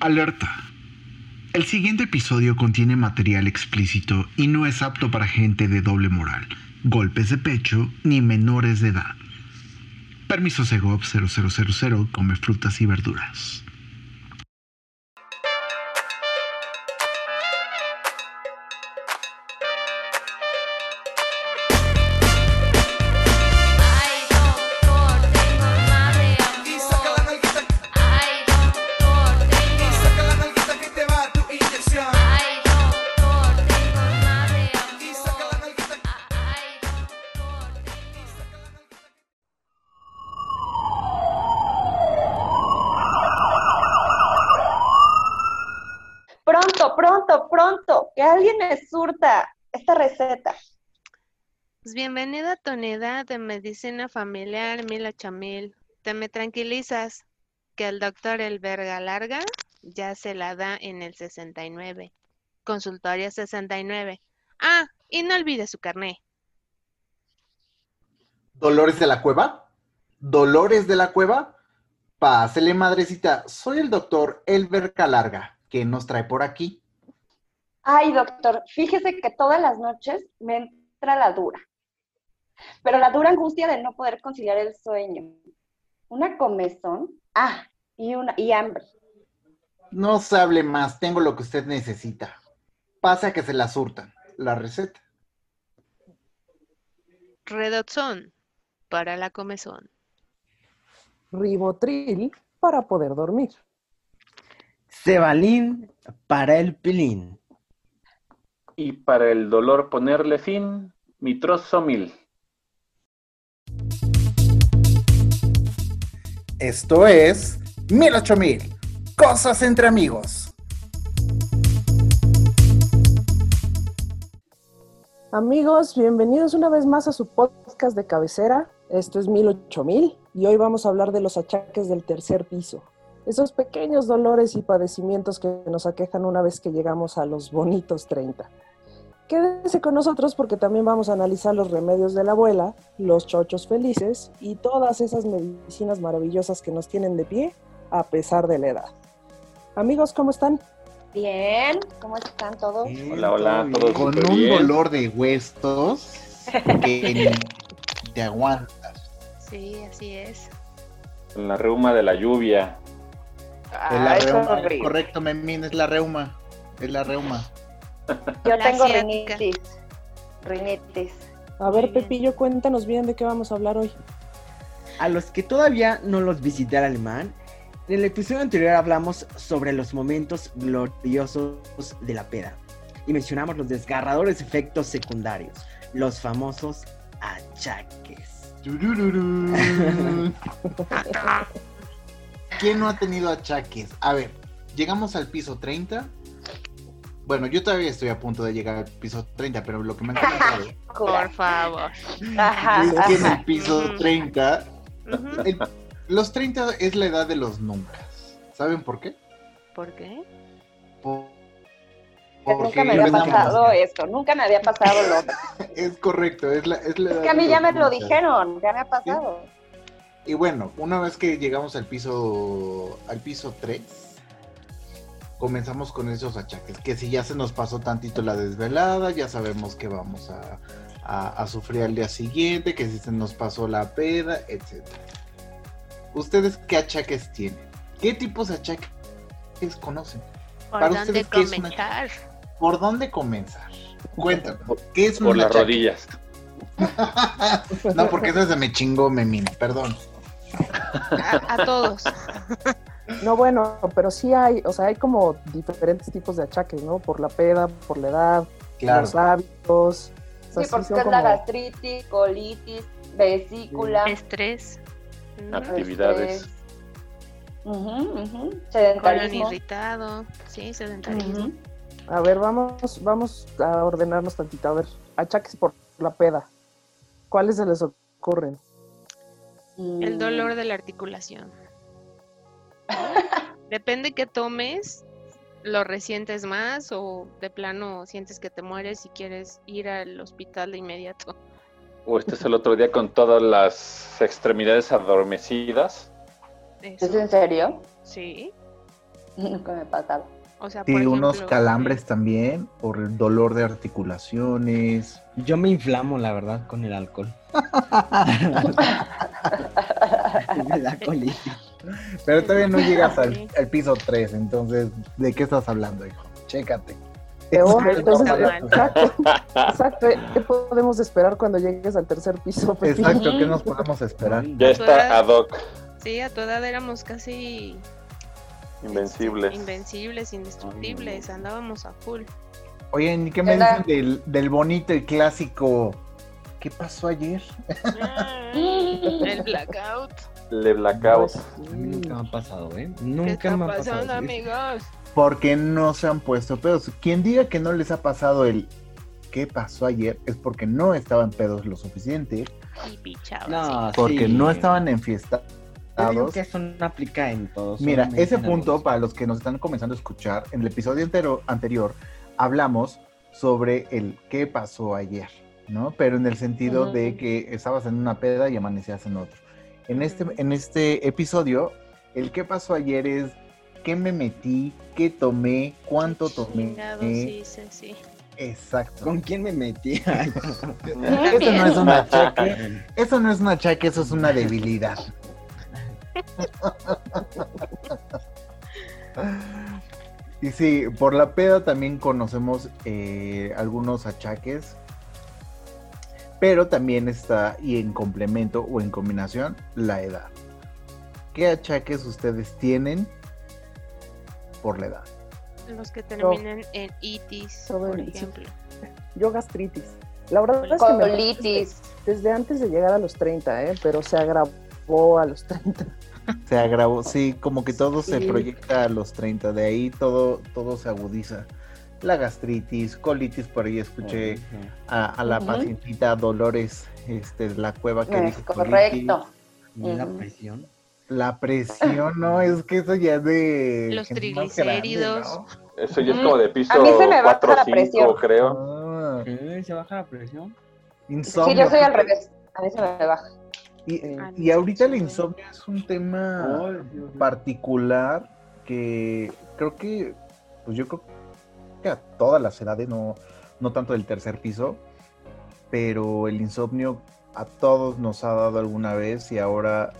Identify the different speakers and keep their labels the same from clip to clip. Speaker 1: Alerta. El siguiente episodio contiene material explícito y no es apto para gente de doble moral, golpes de pecho ni menores de edad. Permiso Segov 0000 come frutas y verduras.
Speaker 2: Ay, doctor, tengo madre
Speaker 3: Y
Speaker 2: amor.
Speaker 3: saca la nalguita,
Speaker 2: Ay, doctor,
Speaker 3: y
Speaker 2: tengo.
Speaker 3: saca la nalguita que te va tu inyección.
Speaker 2: Ay, doctor, tengo madre
Speaker 3: Y saca la
Speaker 2: amor.
Speaker 3: nalguita.
Speaker 2: Ay, doctor, tengo.
Speaker 4: Pronto, pronto, pronto, que alguien me surta esta receta.
Speaker 5: Pues bienvenida a tu unidad de medicina familiar, Mila Chamil. Te me tranquilizas que el doctor El Verga Larga ya se la da en el 69. Consultorio 69. Ah, y no olvides su carné.
Speaker 6: Dolores de la Cueva. Dolores de la Cueva. Pásele, madrecita. Soy el doctor Elber Calarga, que nos trae por aquí.
Speaker 4: Ay, doctor, fíjese que todas las noches me entra la dura, pero la dura angustia de no poder conciliar el sueño, una comezón, ah, y, una, y hambre.
Speaker 6: No se hable más, tengo lo que usted necesita. Pasa que se la surtan. La receta.
Speaker 5: Redoxón para la comezón.
Speaker 7: ribotril para poder dormir.
Speaker 8: Cebalín para el pilín.
Speaker 9: Y para el dolor ponerle fin, mitrosomil.
Speaker 6: Esto es 108000. Cosas entre amigos.
Speaker 7: Amigos, bienvenidos una vez más a su podcast de cabecera. Esto es 108000 y hoy vamos a hablar de los achaques del tercer piso. Esos pequeños dolores y padecimientos que nos aquejan una vez que llegamos a los bonitos 30. Quédense con nosotros porque también vamos a analizar los remedios de la abuela, los chochos felices y todas esas medicinas maravillosas que nos tienen de pie a pesar de la edad. Amigos, ¿cómo están?
Speaker 4: Bien, ¿cómo están todos?
Speaker 9: Hola, hola, todo
Speaker 6: Con
Speaker 9: súper
Speaker 6: un
Speaker 9: bien.
Speaker 6: dolor de huestos que ni te aguantas.
Speaker 5: Sí, así es.
Speaker 9: En la reuma de la lluvia.
Speaker 6: Es la
Speaker 10: Ay, es
Speaker 6: reuma.
Speaker 10: horrible.
Speaker 6: Correcto, Memín, es la reuma. Es la reuma.
Speaker 4: Yo
Speaker 5: La
Speaker 4: tengo
Speaker 5: asiática.
Speaker 4: rinitis, rinitis.
Speaker 7: A
Speaker 5: Muy
Speaker 7: ver,
Speaker 5: bien.
Speaker 7: Pepillo, cuéntanos bien de qué vamos a hablar hoy.
Speaker 8: A los que todavía no los visita el alemán, en el episodio anterior hablamos sobre los momentos gloriosos de la peda y mencionamos los desgarradores efectos secundarios, los famosos achaques.
Speaker 6: Turururú. ¿Quién no ha tenido achaques? A ver, llegamos al piso 30. Bueno, yo todavía estoy a punto de llegar al piso 30, pero lo que me han comentado
Speaker 5: Por favor.
Speaker 4: Ajá, Mm.
Speaker 6: es que en
Speaker 4: ajá.
Speaker 6: el piso
Speaker 5: Ujú.
Speaker 6: 30,
Speaker 5: Ujú.
Speaker 6: el- los 30 es la edad de los nunca. ¿Saben por qué?
Speaker 5: ¿Por qué?
Speaker 6: Por-
Speaker 4: Nunca me había
Speaker 6: empezamos-
Speaker 4: pasado esto, nunca me había pasado lo
Speaker 6: Es correcto, es la, es la
Speaker 4: Es
Speaker 6: edad
Speaker 4: que a mí
Speaker 6: de
Speaker 4: ya
Speaker 6: los
Speaker 4: me lo
Speaker 6: nuncas.
Speaker 4: dijeron, ya me ha pasado.
Speaker 6: Y bueno, una vez que llegamos al piso al piso 3, comenzamos con esos achaques, que si ya se nos pasó tantito la desvelada, ya sabemos que vamos a, a- a sufrir al día siguiente, que si se nos pasó la peda, etc. ¿Ustedes qué achaques tienen? ¿Qué tipos de achaques conocen?
Speaker 5: ¿Por
Speaker 6: Para
Speaker 5: dónde
Speaker 6: ustedes, ¿qué es un
Speaker 5: comenzar?
Speaker 6: ¿Por dónde comenzar? Cuéntanos, ¿qué es
Speaker 9: Por
Speaker 6: un
Speaker 9: las
Speaker 6: achaque?
Speaker 9: rodillas.
Speaker 6: No, porque esa se me chingó, Memina, perdón.
Speaker 5: A, a todos.
Speaker 7: No, bueno, pero sí hay, o sea, hay como diferentes tipos de achaques, ¿no? Por la peda, por la edad,
Speaker 6: Claro.
Speaker 7: los hábitos. O sea,
Speaker 4: Sí, porque
Speaker 7: son
Speaker 4: es la
Speaker 7: como-
Speaker 4: gastritis, colitis, vesícula,
Speaker 5: Estrés. Ujú.
Speaker 9: Actividades.
Speaker 4: estrés. Ujú, ujú.
Speaker 5: Colon
Speaker 4: Sedentarismo.
Speaker 5: irritado. Sí, sedentarismo.
Speaker 4: Ujú.
Speaker 7: A ver, vamos, vamos a ordenarnos tantito. A ver, achaques por la peda. ¿Cuáles se les ocurren?
Speaker 5: El
Speaker 4: Mm.
Speaker 5: dolor de la articulación. Depende que tomes, lo resientes más o de plano sientes que te mueres y quieres ir al hospital de inmediato.
Speaker 9: O este es el otro día con todas las extremidades adormecidas.
Speaker 4: ¿Es
Speaker 5: Eso,
Speaker 4: en serio?
Speaker 5: sí.
Speaker 4: Nunca me ha pasado.
Speaker 5: O sea,
Speaker 6: Sí,
Speaker 5: por
Speaker 6: unos
Speaker 5: ejemplo,
Speaker 6: calambres también por el dolor de articulaciones.
Speaker 8: Yo me inflamo, la verdad, con el alcohol. la colitis.
Speaker 6: Pero todavía no llegas
Speaker 5: Sí.
Speaker 6: al, al piso 3, entonces, ¿de qué estás hablando, hijo? Chécate.
Speaker 7: Peor,
Speaker 6: Exacto.
Speaker 7: entonces,
Speaker 5: mal.
Speaker 7: exacto, exacto. ¿eh? ¿Qué podemos esperar cuando llegues al tercer piso? Pepillo?
Speaker 6: Exacto, ¿qué nos podemos esperar?
Speaker 8: Ay,
Speaker 9: Ya está ad hoc,
Speaker 5: Sí, a tu edad éramos casi
Speaker 9: invencibles.
Speaker 5: invencibles, indestructibles, andábamos a full.
Speaker 6: Oye, ¿y qué me
Speaker 4: Era-
Speaker 6: dicen del, del bonito y clásico? ¿Qué pasó ayer?
Speaker 5: El blackout.
Speaker 9: Le
Speaker 7: Pues,
Speaker 9: blackout.
Speaker 6: Pues,
Speaker 8: a mí Nunca me ha pasado, ¿eh?
Speaker 5: ¿Qué está
Speaker 8: Nunca me ha pasado.
Speaker 5: pasando,
Speaker 8: ¿sí?
Speaker 5: amigos?
Speaker 6: Porque no se han puesto pedos. Quien diga que no les ha pasado el ¿qué pasó ayer? es porque no estaban pedos lo suficiente,
Speaker 5: Y pichabas.
Speaker 8: No,
Speaker 6: porque
Speaker 8: sí.
Speaker 6: no estaban
Speaker 8: Yo digo
Speaker 6: enfiestados.
Speaker 8: que eso no aplica en todos.
Speaker 6: Mira,
Speaker 8: solamente
Speaker 6: ese
Speaker 8: en
Speaker 6: punto,
Speaker 8: algunos.
Speaker 6: para los que nos están comenzando a escuchar, en el episodio entero, anterior hablamos sobre el qué pasó ayer, ¿no? Pero en el sentido
Speaker 4: Ujú.
Speaker 6: de que estabas en una peda y amanecías en otro. En este,
Speaker 5: Ujú.
Speaker 6: en este episodio, el qué pasó ayer es qué me metí, qué tomé, cuánto tomé.
Speaker 5: Chingado, sí, sí, sí.
Speaker 6: Exacto.
Speaker 8: ¿Con quién me metí? Ay,
Speaker 6: Eso no es un achaque, eso no es un achaque, eso es una debilidad. Y sí, por la peda también conocemos eh, algunos achaques, pero también está, y en complemento o en combinación, la edad. ¿Qué achaques ustedes tienen por la edad?
Speaker 5: Los que terminan en itis, por
Speaker 7: Sobre-
Speaker 5: ejemplo.
Speaker 7: Yo gastritis. La verdad es que me-
Speaker 4: Colitis.
Speaker 7: desde antes de llegar a los 30, ¿eh? pero se agravó a los 30.
Speaker 6: Se agravó, sí, como que todo se
Speaker 7: Sí.
Speaker 6: proyecta a los 30, de ahí todo, todo se agudiza. La gastritis, colitis, por ahí escuché a, a la
Speaker 4: Ujú.
Speaker 6: pacientita Dolores, este, la cueva que
Speaker 4: Es
Speaker 6: dijo
Speaker 4: correcto.
Speaker 6: colitis.
Speaker 8: Ni la
Speaker 4: Ujú.
Speaker 8: presión.
Speaker 6: La presión, no, es que eso ya es de...
Speaker 5: Los
Speaker 6: gente más
Speaker 5: triglicéridos.
Speaker 6: grande,
Speaker 9: Eso ya es
Speaker 4: Mm.
Speaker 9: como de piso
Speaker 4: A mí se me baja
Speaker 9: 4
Speaker 4: la
Speaker 9: o 5,
Speaker 4: presión.
Speaker 9: creo.
Speaker 6: ¿no? Ah,
Speaker 8: ¿Qué? ¿Se baja la presión?
Speaker 4: Sí,
Speaker 6: insomnio.
Speaker 4: yo soy al revés. A mí se me baja.
Speaker 6: Y,
Speaker 5: Ah,
Speaker 6: y ahorita el
Speaker 5: sí.
Speaker 6: insomnio es un tema
Speaker 8: Ay, Dios mío.
Speaker 6: particular que creo que, pues yo creo que a todas las edades, no, no tanto del tercer piso, pero el insomnio a todos nos ha dado alguna vez y ahora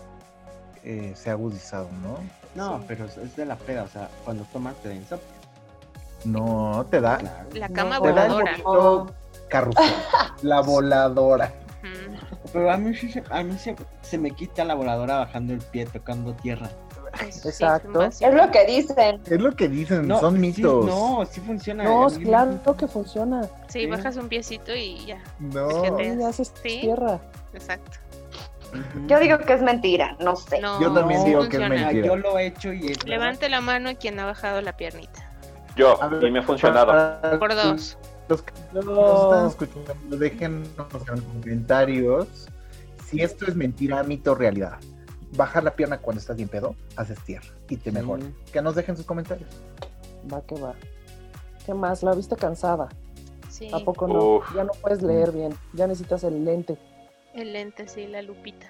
Speaker 6: eh, se ha agudizado, ¿no?
Speaker 8: No,
Speaker 5: Sí.
Speaker 8: pero es- es de la peda, o sea, cuando tomas te da insomnio.
Speaker 6: No, te da,
Speaker 8: Claro.
Speaker 5: La cama
Speaker 6: te da el
Speaker 5: voladora.
Speaker 6: bonito carrusel, la voladora.
Speaker 5: Ujú,
Speaker 8: Pero a mí, sí se- a mí se, se me quita la voladora bajando el pie, tocando tierra.
Speaker 5: eso sí,
Speaker 7: Exacto.
Speaker 5: más
Speaker 4: Es lo que dicen.
Speaker 6: Es lo que dicen, son
Speaker 8: sí,
Speaker 6: mitos.
Speaker 8: no, sí funciona.
Speaker 7: No,
Speaker 8: A mí-
Speaker 7: claro que funciona.
Speaker 5: Sí, bajas un piecito y ya.
Speaker 6: No.
Speaker 5: Es que te-
Speaker 7: Y haces
Speaker 5: Sí.
Speaker 7: tierra.
Speaker 5: Exacto.
Speaker 8: Ujú.
Speaker 4: Yo digo que es mentira, no sé.
Speaker 5: No,
Speaker 6: Yo también
Speaker 5: no
Speaker 6: digo que es
Speaker 5: funciona.
Speaker 8: Ah,
Speaker 6: mentira.
Speaker 8: Yo lo he hecho y es
Speaker 5: Levante la mano quien ha bajado la piernita.
Speaker 9: Yo,
Speaker 6: A ver,
Speaker 9: y me ha funcionado.
Speaker 6: para
Speaker 5: Por dos.
Speaker 6: Los que nos están escuchando, déjenos en los comentarios si esto es mentira, mito, realidad. Bajar la pierna cuando estás bien pedo, haces tierra y te mejor.
Speaker 9: Mm.
Speaker 8: Sí.
Speaker 6: Que nos dejen sus comentarios.
Speaker 7: Va que va. ¿Qué más? La vista cansada.
Speaker 5: Sí,
Speaker 7: ¿A poco no?
Speaker 9: Uf.
Speaker 7: Ya no puedes leer bien. Ya necesitas el lente.
Speaker 5: el lente, sí, la lupita.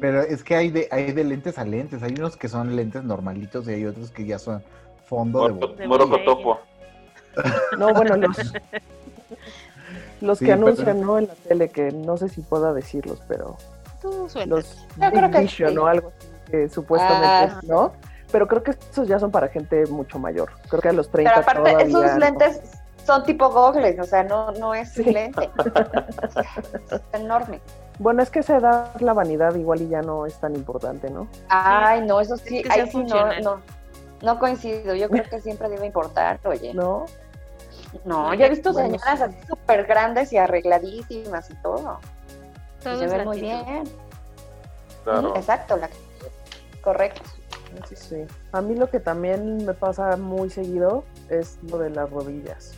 Speaker 6: Pero es que hay de, hay de lentes a lentes. Hay unos que son lentes normalitos y hay otros que ya son fondo de
Speaker 9: Moro,
Speaker 6: botella.
Speaker 9: moro cotopo.
Speaker 7: No, bueno, los, los
Speaker 6: Sí,
Speaker 7: que
Speaker 6: pero-
Speaker 7: anuncian, ¿no? En la tele, que no sé si pueda decirlos, pero
Speaker 5: Tú
Speaker 7: los
Speaker 5: sueltas.
Speaker 4: Yo creo
Speaker 7: Big
Speaker 4: que
Speaker 7: Vision
Speaker 4: sí.
Speaker 7: o algo así, que supuestamente,
Speaker 4: Ah.
Speaker 7: ¿no? Pero creo que esos ya son para gente mucho mayor. Creo que a los 30
Speaker 4: Pero aparte,
Speaker 7: todavía
Speaker 4: esos
Speaker 7: no.
Speaker 4: lentes son tipo gogles, o sea, no, no es
Speaker 7: Sí.
Speaker 4: un lente. es enorme.
Speaker 7: Bueno, es que a esa edad la vanidad igual y ya no es tan importante, ¿no?
Speaker 4: Ay, no, eso sí,
Speaker 5: Es que sea
Speaker 4: ahí sí no,
Speaker 5: funcional.
Speaker 4: no. No coincido, yo creo que siempre debe importar, oye. No,
Speaker 7: ¿No?
Speaker 4: yo he visto
Speaker 7: Bueno,
Speaker 4: señoras así súper grandes y arregladísimas y todo. Y
Speaker 5: Todo
Speaker 4: se
Speaker 5: es la
Speaker 4: ven muy
Speaker 5: actitud.
Speaker 4: bien.
Speaker 9: Claro.
Speaker 4: Sí, Exacto, la correcto.
Speaker 7: Sí, sí. A mí lo que también me pasa muy seguido es lo de las rodillas.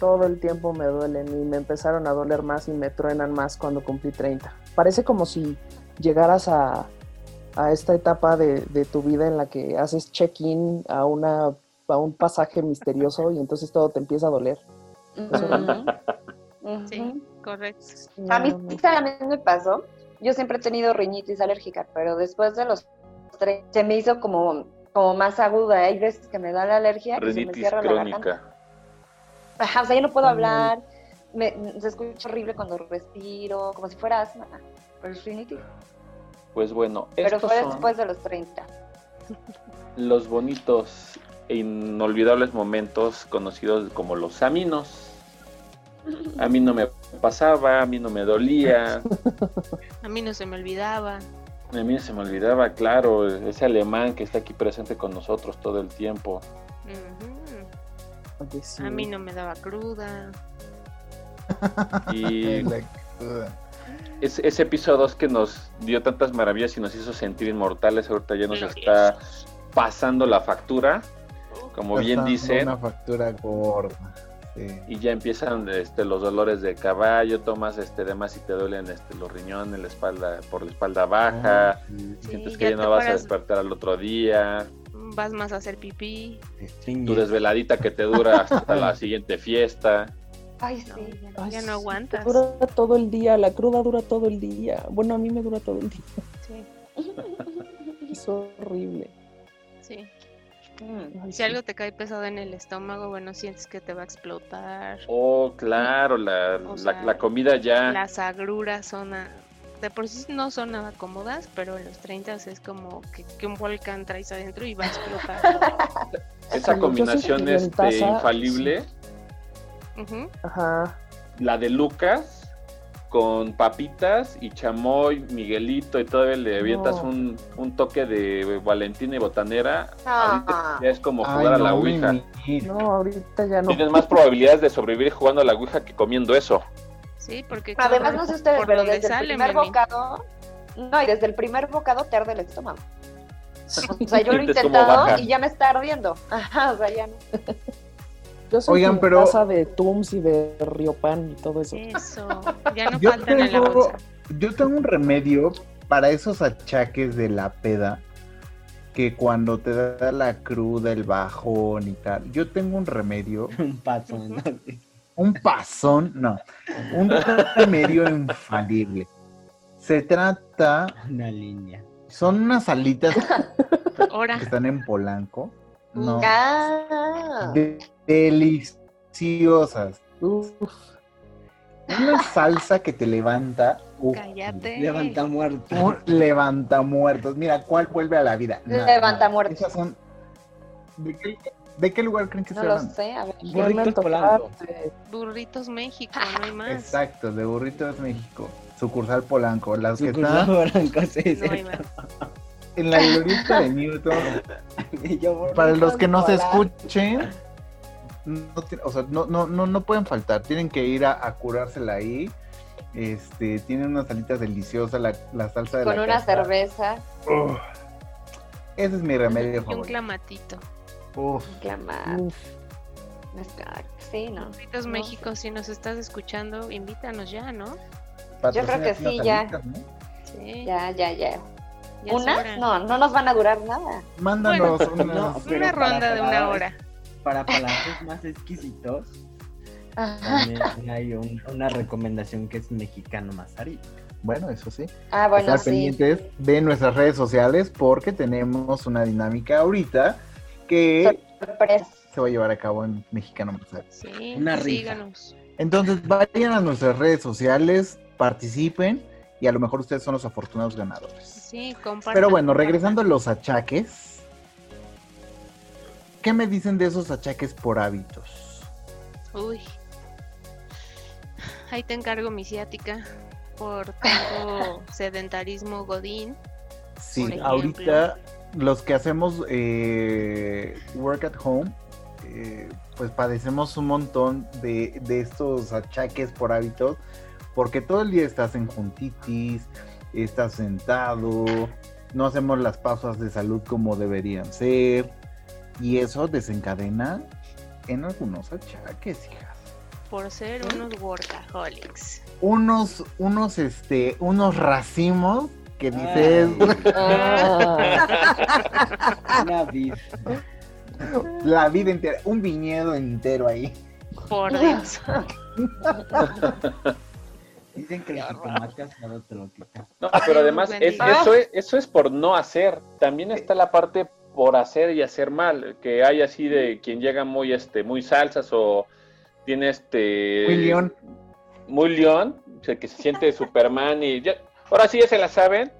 Speaker 7: Todo el tiempo me duelen y me empezaron a doler más y me truenan más cuando cumplí 30. Parece como si llegaras a, a esta etapa de, de tu vida en la que haces check-in a, una, a un pasaje misterioso y entonces todo te empieza a doler.
Speaker 4: Ujú.
Speaker 5: Sí.
Speaker 4: Ujú.
Speaker 5: Correcto.
Speaker 4: A mí,
Speaker 7: No, no.
Speaker 4: a mí me pasó. Yo siempre he tenido riñitis alérgica, pero después de los tres se me hizo como como más aguda. Hay veces que me da la alergia y se me
Speaker 9: Rinitis
Speaker 4: cierra la garganta.
Speaker 9: crónica.
Speaker 4: Ajá, o sea, yo no puedo
Speaker 7: Ay.
Speaker 4: hablar. Me, se escucha horrible cuando respiro, como si fuera asma. Pero es rinitis.
Speaker 9: Pues bueno,
Speaker 4: Pero
Speaker 9: estos
Speaker 4: fue
Speaker 9: son
Speaker 4: después de los 30.
Speaker 9: los bonitos e inolvidables momentos conocidos como los aminos. A mí no me pasaba, a mí no me dolía,
Speaker 5: A mí no se me olvidaba.
Speaker 9: a mí se me olvidaba, claro, ese alemán que está aquí presente con nosotros todo el tiempo.
Speaker 5: Ujú.
Speaker 7: Oye, sí.
Speaker 5: A mí no me daba cruda.
Speaker 9: Y es- ese piso 2 que nos dio tantas maravillas y nos hizo sentir inmortales, ahorita ya nos está pasando la factura, como bien dice.
Speaker 6: Una factura gorda. Sí.
Speaker 9: y ya empiezan este, los dolores de caballo, tomas este demás y te duelen este, los riñones, la espalda, por la espalda baja,
Speaker 6: Sí,
Speaker 5: Sí,
Speaker 9: sientes
Speaker 5: ya
Speaker 9: que ya
Speaker 5: te
Speaker 9: no vas a
Speaker 5: paras-
Speaker 9: despertar al otro día,
Speaker 5: Vas más a hacer pipí.
Speaker 9: tu desveladita que te dura hasta la siguiente fiesta,
Speaker 4: Ay,
Speaker 5: No,
Speaker 4: sí.
Speaker 5: ya,
Speaker 7: Ay,
Speaker 5: ya
Speaker 7: sí,
Speaker 5: no aguantas.
Speaker 7: Dura todo el día, la cruda dura todo el día. Bueno, a mí me dura todo el día.
Speaker 5: Sí,
Speaker 7: Es horrible.
Speaker 5: sí.
Speaker 7: Ay,
Speaker 5: Si
Speaker 7: sí.
Speaker 5: algo te cae pesado en el estómago, bueno, sientes que te va a explotar.
Speaker 9: oh claro, la,
Speaker 5: O
Speaker 9: la-
Speaker 5: sea,
Speaker 9: la comida
Speaker 6: Ah.
Speaker 9: ya,
Speaker 5: Las agruras son... a- De por sí no son nada cómodas, pero en los 30 es como que, que un volcán traes adentro y va a explotar.
Speaker 9: esa
Speaker 7: Yo soy
Speaker 9: combinación este,
Speaker 7: clientaza,
Speaker 9: infalible,
Speaker 5: Ujú.
Speaker 7: Ajá.
Speaker 9: la de Lucas con papitas y chamoy, Miguelito y todavía le avientas
Speaker 7: No.
Speaker 9: un, un toque de Valentina y botanera, ahorita ya es como
Speaker 6: Ay,
Speaker 9: jugar a la
Speaker 6: no,
Speaker 9: Ouija.
Speaker 6: Mimi.
Speaker 7: No, ahorita ya Ah. no.
Speaker 9: Tienes más probabilidades de sobrevivir jugando a la Ouija que comiendo eso.
Speaker 5: Sí, porque...
Speaker 4: Además,
Speaker 5: corre
Speaker 4: no sé ustedes,
Speaker 5: por
Speaker 4: pero
Speaker 5: donde
Speaker 4: desde el
Speaker 5: sale,
Speaker 4: primer
Speaker 5: mami.
Speaker 4: bocado. No, y desde el primer bocado te arde el estómago.
Speaker 7: Sí.
Speaker 4: O sea, yo lo he
Speaker 9: Sientes cómo
Speaker 4: intentado
Speaker 9: baja.
Speaker 4: y ya me está ardiendo. Ajá, o sea, ya no.
Speaker 7: Yo soy
Speaker 6: Oigan,
Speaker 7: Oigan,
Speaker 6: pero-
Speaker 7: casa de Tums y de Riopan y todo eso.
Speaker 5: Eso, ya no
Speaker 6: Yo
Speaker 5: faltan en la
Speaker 6: tengo-
Speaker 5: bolsa.
Speaker 6: Yo tengo un remedio para esos achaques de la peda que cuando te da la cruda, el bajón y tal. Yo tengo un remedio,
Speaker 8: Un paso, ¿no?
Speaker 6: un pasón, no, un remedio infalible. Se trata,
Speaker 8: Una línea.
Speaker 6: son unas alitas
Speaker 5: Ahora,
Speaker 6: que están en Polanco. No,
Speaker 4: Ah.
Speaker 6: de- deliciosas.
Speaker 7: Uf,
Speaker 6: Una salsa que te levanta. uf,
Speaker 5: cállate.
Speaker 8: Levanta muerto.
Speaker 6: Un levantamuertos. Mira, ¿cuál vuelve a la vida? Nada.
Speaker 4: Levantamuertos.
Speaker 6: Esas son- ¿De qué, de qué lugar creen que
Speaker 4: No
Speaker 6: se
Speaker 4: lo
Speaker 6: van?
Speaker 4: sé, a ver.
Speaker 7: ya me
Speaker 8: Burritos Polanco.
Speaker 7: antojaste.
Speaker 5: Burritos México, no hay más.
Speaker 6: Exacto, de Burritos México, sucursal Polanco, las que
Speaker 8: Su
Speaker 6: están
Speaker 8: curva blanco, sí, sí.
Speaker 5: No hay más.
Speaker 6: en la glorieta de Newton.
Speaker 8: Y yo,
Speaker 6: Para los que no se
Speaker 8: Polanco.
Speaker 6: escuchen, no, ti- o sea, no, no, no, no pueden faltar, tienen que ir a, a curársela ahí. Este, tienen unas salitas deliciosas, la, la salsa de
Speaker 4: Con
Speaker 6: la
Speaker 4: una
Speaker 6: casa.
Speaker 4: cerveza,
Speaker 6: Uf. Ese es mi remedio
Speaker 5: Y un
Speaker 6: favorito.
Speaker 5: clamatito.
Speaker 6: Uf.
Speaker 4: clamar,
Speaker 7: Uf,
Speaker 4: mezclar. Sí, ¿no?
Speaker 5: Burritos
Speaker 4: No.
Speaker 5: México, si nos estás escuchando, invítanos ya, ¿no?
Speaker 6: Patrocina
Speaker 4: que sí,
Speaker 6: unas
Speaker 4: ya.
Speaker 6: alitas, ¿no?
Speaker 5: Sí.
Speaker 4: Ya, ya, ya.
Speaker 5: ya es hora.
Speaker 4: ¿Unas? No, no nos van a durar nada.
Speaker 6: Mándanos
Speaker 8: No,
Speaker 6: unas-
Speaker 8: pero
Speaker 5: Una
Speaker 8: para
Speaker 5: ronda de una
Speaker 8: palabras-
Speaker 5: hora.
Speaker 8: Para palabras más exquisitos,
Speaker 4: Ajá.
Speaker 8: también hay un- una recomendación que es mexicano masari.
Speaker 6: Bueno, eso sí.
Speaker 4: Ah, bueno,
Speaker 6: estar
Speaker 4: sí.
Speaker 6: pendientes de nuestras redes sociales porque tenemos una dinámica ahorita que
Speaker 4: Sorpresa.
Speaker 6: se va a llevar a cabo en Mexicano Mazar.
Speaker 5: Sí,
Speaker 8: Una rifa.
Speaker 5: síganos.
Speaker 6: Entonces vayan a nuestras redes sociales, participen y a lo mejor ustedes son los afortunados ganadores.
Speaker 5: Sí, compartan.
Speaker 6: Pero bueno,
Speaker 5: compartan.
Speaker 6: regresando a los achaques, ¿qué me dicen de esos achaques por hábitos?
Speaker 5: Uy. Ahí te encargo mi ciática por tanto sedentarismo godín.
Speaker 6: Sí,
Speaker 5: por ejemplo.
Speaker 6: ahorita los que hacemos eh, work at home, eh, pues padecemos un montón de, de estos achaques por hábitos, porque todo el día estás en juntitis, estás sentado, no hacemos las pausas de salud como deberían ser, y eso desencadena en algunos achaques, hijas.
Speaker 5: Por ser unos workaholics.
Speaker 6: Unos, unos, este, unos racimos que dices,
Speaker 7: Ah,
Speaker 8: Una vid.
Speaker 6: la vida entera, un viñedo entero ahí.
Speaker 5: Por Dios.
Speaker 8: Dicen que el jitomate asado te lo quita.
Speaker 9: No, pero además,
Speaker 5: Dios
Speaker 9: es-
Speaker 5: bendiga.
Speaker 9: eso, es, eso es por no hacer. También está la parte por hacer y hacer mal, que hay así de quien llega muy este muy salsas o tiene este
Speaker 6: Eh.
Speaker 8: Muy león.
Speaker 9: muy león, o sea, que se siente Superman y ya- ahora sí ya se la saben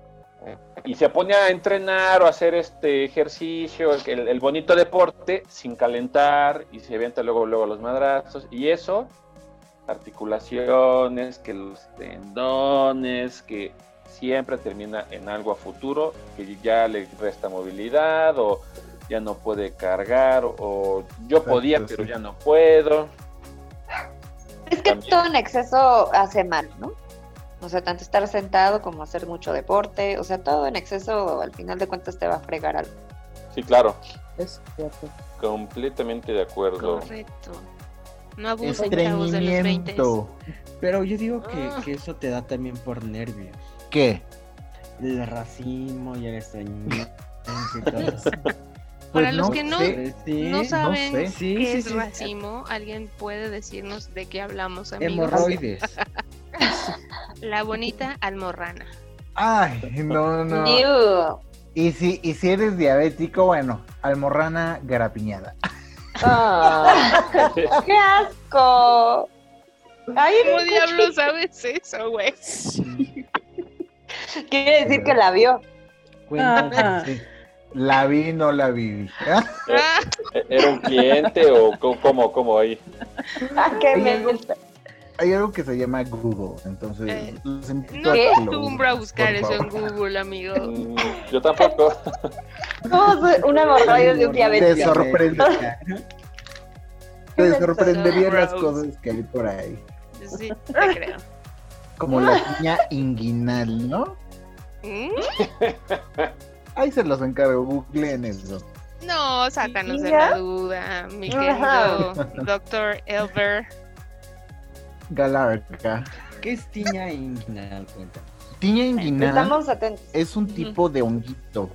Speaker 9: y se pone a entrenar o a hacer este ejercicio, el, el bonito deporte sin calentar y se avienta luego luego los madrazos y eso articulaciones, que los tendones, que siempre termina en algo a futuro que ya le resta movilidad o ya no puede cargar o yo podía
Speaker 6: Exacto,
Speaker 9: pero
Speaker 6: sí.
Speaker 9: ya no puedo.
Speaker 10: Es que
Speaker 9: También.
Speaker 10: todo en exceso hace mal, ¿no? O sea, tanto estar sentado como hacer mucho deporte, o sea, todo en exceso al final de cuentas te va a fregar algo.
Speaker 9: Sí, claro,
Speaker 7: Es cierto.
Speaker 9: completamente de acuerdo.
Speaker 5: Correcto. No abusen, chavos, de los 20.
Speaker 6: Estreñimiento.
Speaker 8: Pero yo digo que,
Speaker 5: Ah.
Speaker 8: que eso te da también por nervios.
Speaker 6: ¿Qué?
Speaker 8: El racismo y el estreñimiento y todo eso.
Speaker 5: Para los que no-
Speaker 6: sé.
Speaker 8: Sí,
Speaker 5: No saben
Speaker 6: sé.
Speaker 8: Pues Sí,
Speaker 5: qué
Speaker 8: sí,
Speaker 5: es
Speaker 8: sí.
Speaker 5: racimo. ¿Alguien puede decirnos de qué hablamos, amigos?
Speaker 8: Hemorroides.
Speaker 5: La bonita almorrana.
Speaker 6: Ay, no, no.
Speaker 10: Ew.
Speaker 6: Y si, y si eres diabético, bueno, almorrana garapiñada.
Speaker 7: Ah,
Speaker 10: ¡Qué asco! Ay,
Speaker 5: ¿Cómo diablos sabes eso, güey?
Speaker 10: quiere decir que la vio.
Speaker 6: Cuenta que sí. La vi, no la viví.
Speaker 5: Ah,
Speaker 9: Eh, ¿Era un cliente o co- cómo, cómo ahí?
Speaker 10: Ay, qué
Speaker 6: Hay
Speaker 10: me
Speaker 6: algo-
Speaker 10: gusta.
Speaker 6: Hay algo que se llama Google, entonces
Speaker 5: Eh,
Speaker 6: los invito
Speaker 5: no
Speaker 6: a que lo
Speaker 5: acostumbro a
Speaker 6: busquen,
Speaker 5: buscar
Speaker 6: por
Speaker 5: eso en
Speaker 6: favor.
Speaker 5: Google, amigo.
Speaker 9: Mm, Yo tampoco.
Speaker 10: ¿Cómo se- una hemorroide de un diabético?
Speaker 6: Te sorprende. Te sorprenderían las
Speaker 5: Gross.
Speaker 6: cosas que hay por ahí.
Speaker 5: Sí, te creo.
Speaker 6: Como la piña inguinal, ¿no?
Speaker 5: ¿Mm?
Speaker 6: Ahí se los encargo, googleen eso.
Speaker 5: No, sácanos de la duda, mi querido
Speaker 10: Ajá.
Speaker 5: doctor Elver.
Speaker 6: Galarca.
Speaker 8: ¿Qué es tiña inguinal? Cuenta.
Speaker 6: Piña inguinal
Speaker 10: Estamos atentos.
Speaker 6: es un tipo de honguito,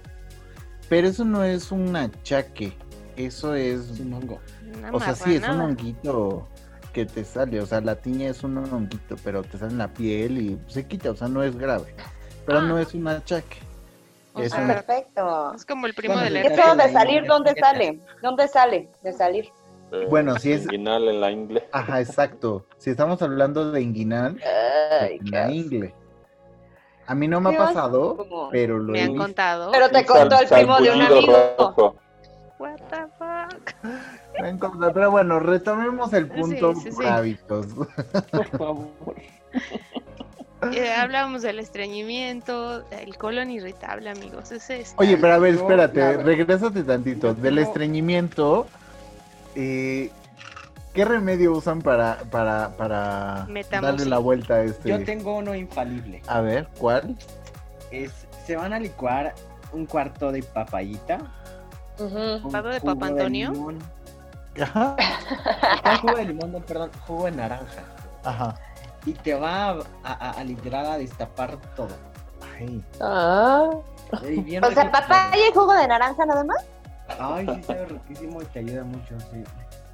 Speaker 6: pero eso no es un achaque, eso
Speaker 8: Es
Speaker 6: es,
Speaker 8: un hongo.
Speaker 5: Una
Speaker 6: o sea, sí, es un
Speaker 5: marranada.
Speaker 6: honguito que te sale, o sea, la tiña es un honguito, pero te sale en la piel y se quita, o sea, no es grave, pero
Speaker 5: Ah.
Speaker 6: no es un achaque.
Speaker 5: O
Speaker 6: es
Speaker 5: sea,
Speaker 6: una-
Speaker 10: Ah, Perfecto.
Speaker 5: Es como el primo
Speaker 8: Bueno,
Speaker 5: del
Speaker 8: ya
Speaker 10: ¿Qué
Speaker 5: hermano.
Speaker 10: feo de salir? ¿Dónde sale? ¿Dónde sale? De salir.
Speaker 9: Eh,
Speaker 6: Bueno, sí es-
Speaker 9: Inguinal en la ingle.
Speaker 6: Ajá, exacto. Si estamos hablando de inguinal, pues,
Speaker 10: Ay,
Speaker 6: en
Speaker 10: qué
Speaker 6: la
Speaker 10: asco.
Speaker 6: ingle. A mí no me ha
Speaker 10: Qué asco.
Speaker 6: pasado, pero lo
Speaker 5: Me
Speaker 6: he
Speaker 5: han
Speaker 6: visto.
Speaker 5: contado.
Speaker 10: Pero te contó el primo de un
Speaker 9: Sarpullido
Speaker 10: amigo.
Speaker 9: rojo.
Speaker 5: What the fuck?
Speaker 6: Me han contado, Pero bueno, retomemos el punto
Speaker 5: Sí, sí, sí.
Speaker 6: por hábitos.
Speaker 8: Por favor.
Speaker 5: Eh, hablábamos del estreñimiento, del colon irritable, amigos. Es esto.
Speaker 6: Oye, pero a ver,
Speaker 8: Yo,
Speaker 6: espérate,
Speaker 8: la verdad-
Speaker 6: regrésate tantito.
Speaker 8: yo
Speaker 6: Del
Speaker 8: tengo-
Speaker 6: estreñimiento, eh, ¿qué remedio usan para, para, para darle
Speaker 5: Metamucil.
Speaker 6: la vuelta a este?
Speaker 8: Yo tengo uno infalible.
Speaker 6: A ver, ¿cuál?
Speaker 8: Es, se van a licuar un cuarto de papayita.
Speaker 10: Ujú.
Speaker 8: un
Speaker 5: ¿Papa de
Speaker 8: jugo
Speaker 5: Papa Antonio?
Speaker 8: limón.
Speaker 6: Ajá,
Speaker 8: No, jugo de limón, no, perdón, jugo de naranja.
Speaker 6: ajá.
Speaker 8: Y te va a, a, a literal a destapar todo.
Speaker 6: Ay,
Speaker 4: Ah.
Speaker 8: Y bien
Speaker 10: O sea,
Speaker 8: rico.
Speaker 10: papaya y jugo de naranja nada más.
Speaker 8: Ay, sí, sabe riquísimo y te ayuda mucho. Sí.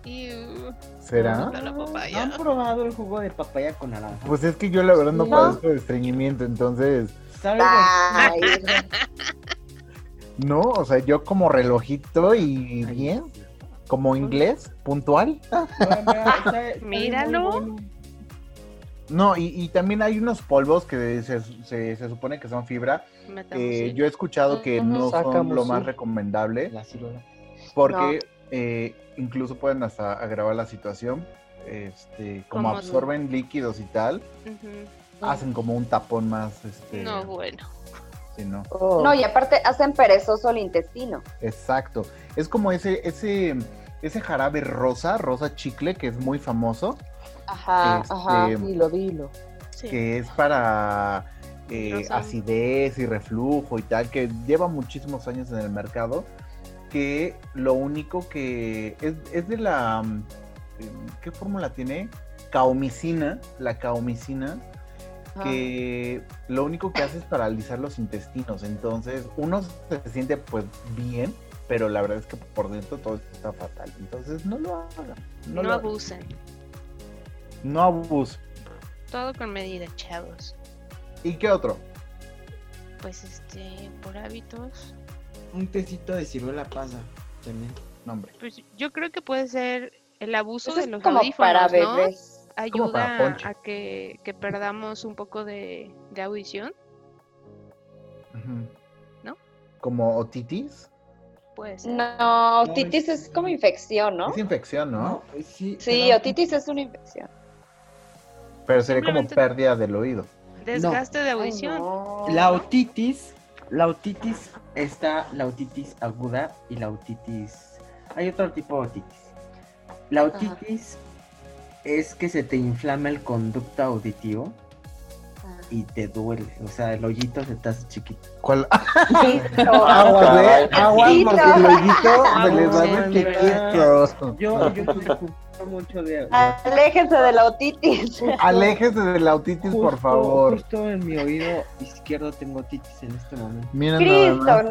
Speaker 5: Ew,
Speaker 6: ¿será?
Speaker 5: la
Speaker 8: ¿Han
Speaker 5: papaya.
Speaker 8: probado el jugo de papaya con naranja?
Speaker 6: Pues es que yo la verdad no
Speaker 10: No.
Speaker 6: padezco de estreñimiento, entonces,
Speaker 8: ¿Sabe
Speaker 10: Ay,
Speaker 6: no, o sea, yo como relojito y
Speaker 8: Ay,
Speaker 6: bien,
Speaker 8: sí.
Speaker 6: como inglés, puntual.
Speaker 8: Bueno, mira, sabe- sabe muy
Speaker 5: Míralo.
Speaker 8: bueno.
Speaker 6: No, y, y también hay unos polvos que se, se- se supone que son fibra. que
Speaker 5: Metamucil.
Speaker 6: eh, yo he escuchado que no son
Speaker 7: Sacamos
Speaker 6: lo
Speaker 7: un-
Speaker 6: más recomendable.
Speaker 8: La ciruela.
Speaker 6: porque eh, incluso pueden hasta agravar la situación. Este, como
Speaker 5: Como-
Speaker 6: absorben líquidos y tal, eh,
Speaker 5: Ujú.
Speaker 6: hacen como un tapón más. Este,
Speaker 5: No, bueno.
Speaker 6: sí, no.
Speaker 7: Oh,
Speaker 4: No, y aparte hacen perezoso el intestino.
Speaker 6: Exacto. Es como ese, ese, ese jarabe rosa, rosa chicle, que es muy famoso,
Speaker 10: Ajá,
Speaker 6: Este,
Speaker 10: ajá.
Speaker 7: dilo, dilo.
Speaker 5: Sí.
Speaker 6: que es para eh,
Speaker 5: Rosa.
Speaker 6: acidez y reflujo y tal, que lleva muchísimos años en el mercado, que lo único que es, es de la... mm, ¿Qué fórmula tiene? Caomicina, la caomicina, que lo único que hace es paralizar los intestinos. Entonces, uno se siente pues bien, pero la verdad es que por dentro todo está fatal. Entonces, no lo hagan. No,
Speaker 5: No,
Speaker 6: lo hagan.
Speaker 5: abusen.
Speaker 6: No abuso.
Speaker 5: Todo con medida, chavos.
Speaker 6: ¿Y qué otro?
Speaker 5: Pues este, por hábitos.
Speaker 8: un tecito de ciruela pasa también.
Speaker 6: Nombre.
Speaker 5: Pues yo creo que puede ser el abuso
Speaker 4: Eso
Speaker 5: de
Speaker 4: es
Speaker 5: los
Speaker 4: como
Speaker 5: audífonos,
Speaker 4: para
Speaker 5: ¿no?
Speaker 4: bebés.
Speaker 6: Como para
Speaker 5: Ayuda
Speaker 6: poncho.
Speaker 5: a que, que perdamos un poco de, de audición,
Speaker 6: Ujú.
Speaker 5: ¿No?
Speaker 6: Como otitis.
Speaker 5: puede ser.
Speaker 4: No,
Speaker 8: No,
Speaker 4: otitis
Speaker 8: es-
Speaker 4: es como infección, ¿no?
Speaker 6: Es infección, ¿no?
Speaker 8: Sí,
Speaker 4: Sí,
Speaker 8: pero-
Speaker 4: otitis es una infección.
Speaker 6: Pero sería como
Speaker 5: Simplemente-
Speaker 6: pérdida del oído.
Speaker 5: Desgaste de
Speaker 4: Ay,
Speaker 5: audición.
Speaker 4: no.
Speaker 8: La otitis, la otitis está la otitis aguda y la otitis. Hay otro tipo de otitis. La
Speaker 4: Ajá.
Speaker 8: otitis es que se te inflama el conducto auditivo
Speaker 4: Ah.
Speaker 8: y te duele. O sea, el hoyito se te hace chiquito.
Speaker 6: ¿Cuál? Ah,
Speaker 4: Listo.
Speaker 6: Aguas,
Speaker 9: caray.
Speaker 6: ¿eh? Aguas,
Speaker 4: Sí,
Speaker 6: porque
Speaker 4: no.
Speaker 6: el oído se les
Speaker 5: Aguas,
Speaker 6: va a
Speaker 5: sí,
Speaker 6: chiquito.
Speaker 8: Yo, yo me ocupo mucho de.
Speaker 4: Ah, Aléjense de la otitis.
Speaker 6: Aléjese de la otitis,
Speaker 8: Justo-
Speaker 6: por favor.
Speaker 8: Justo en mi oído izquierdo tengo otitis en este momento.
Speaker 6: Miren nada
Speaker 4: Cristo,
Speaker 6: más.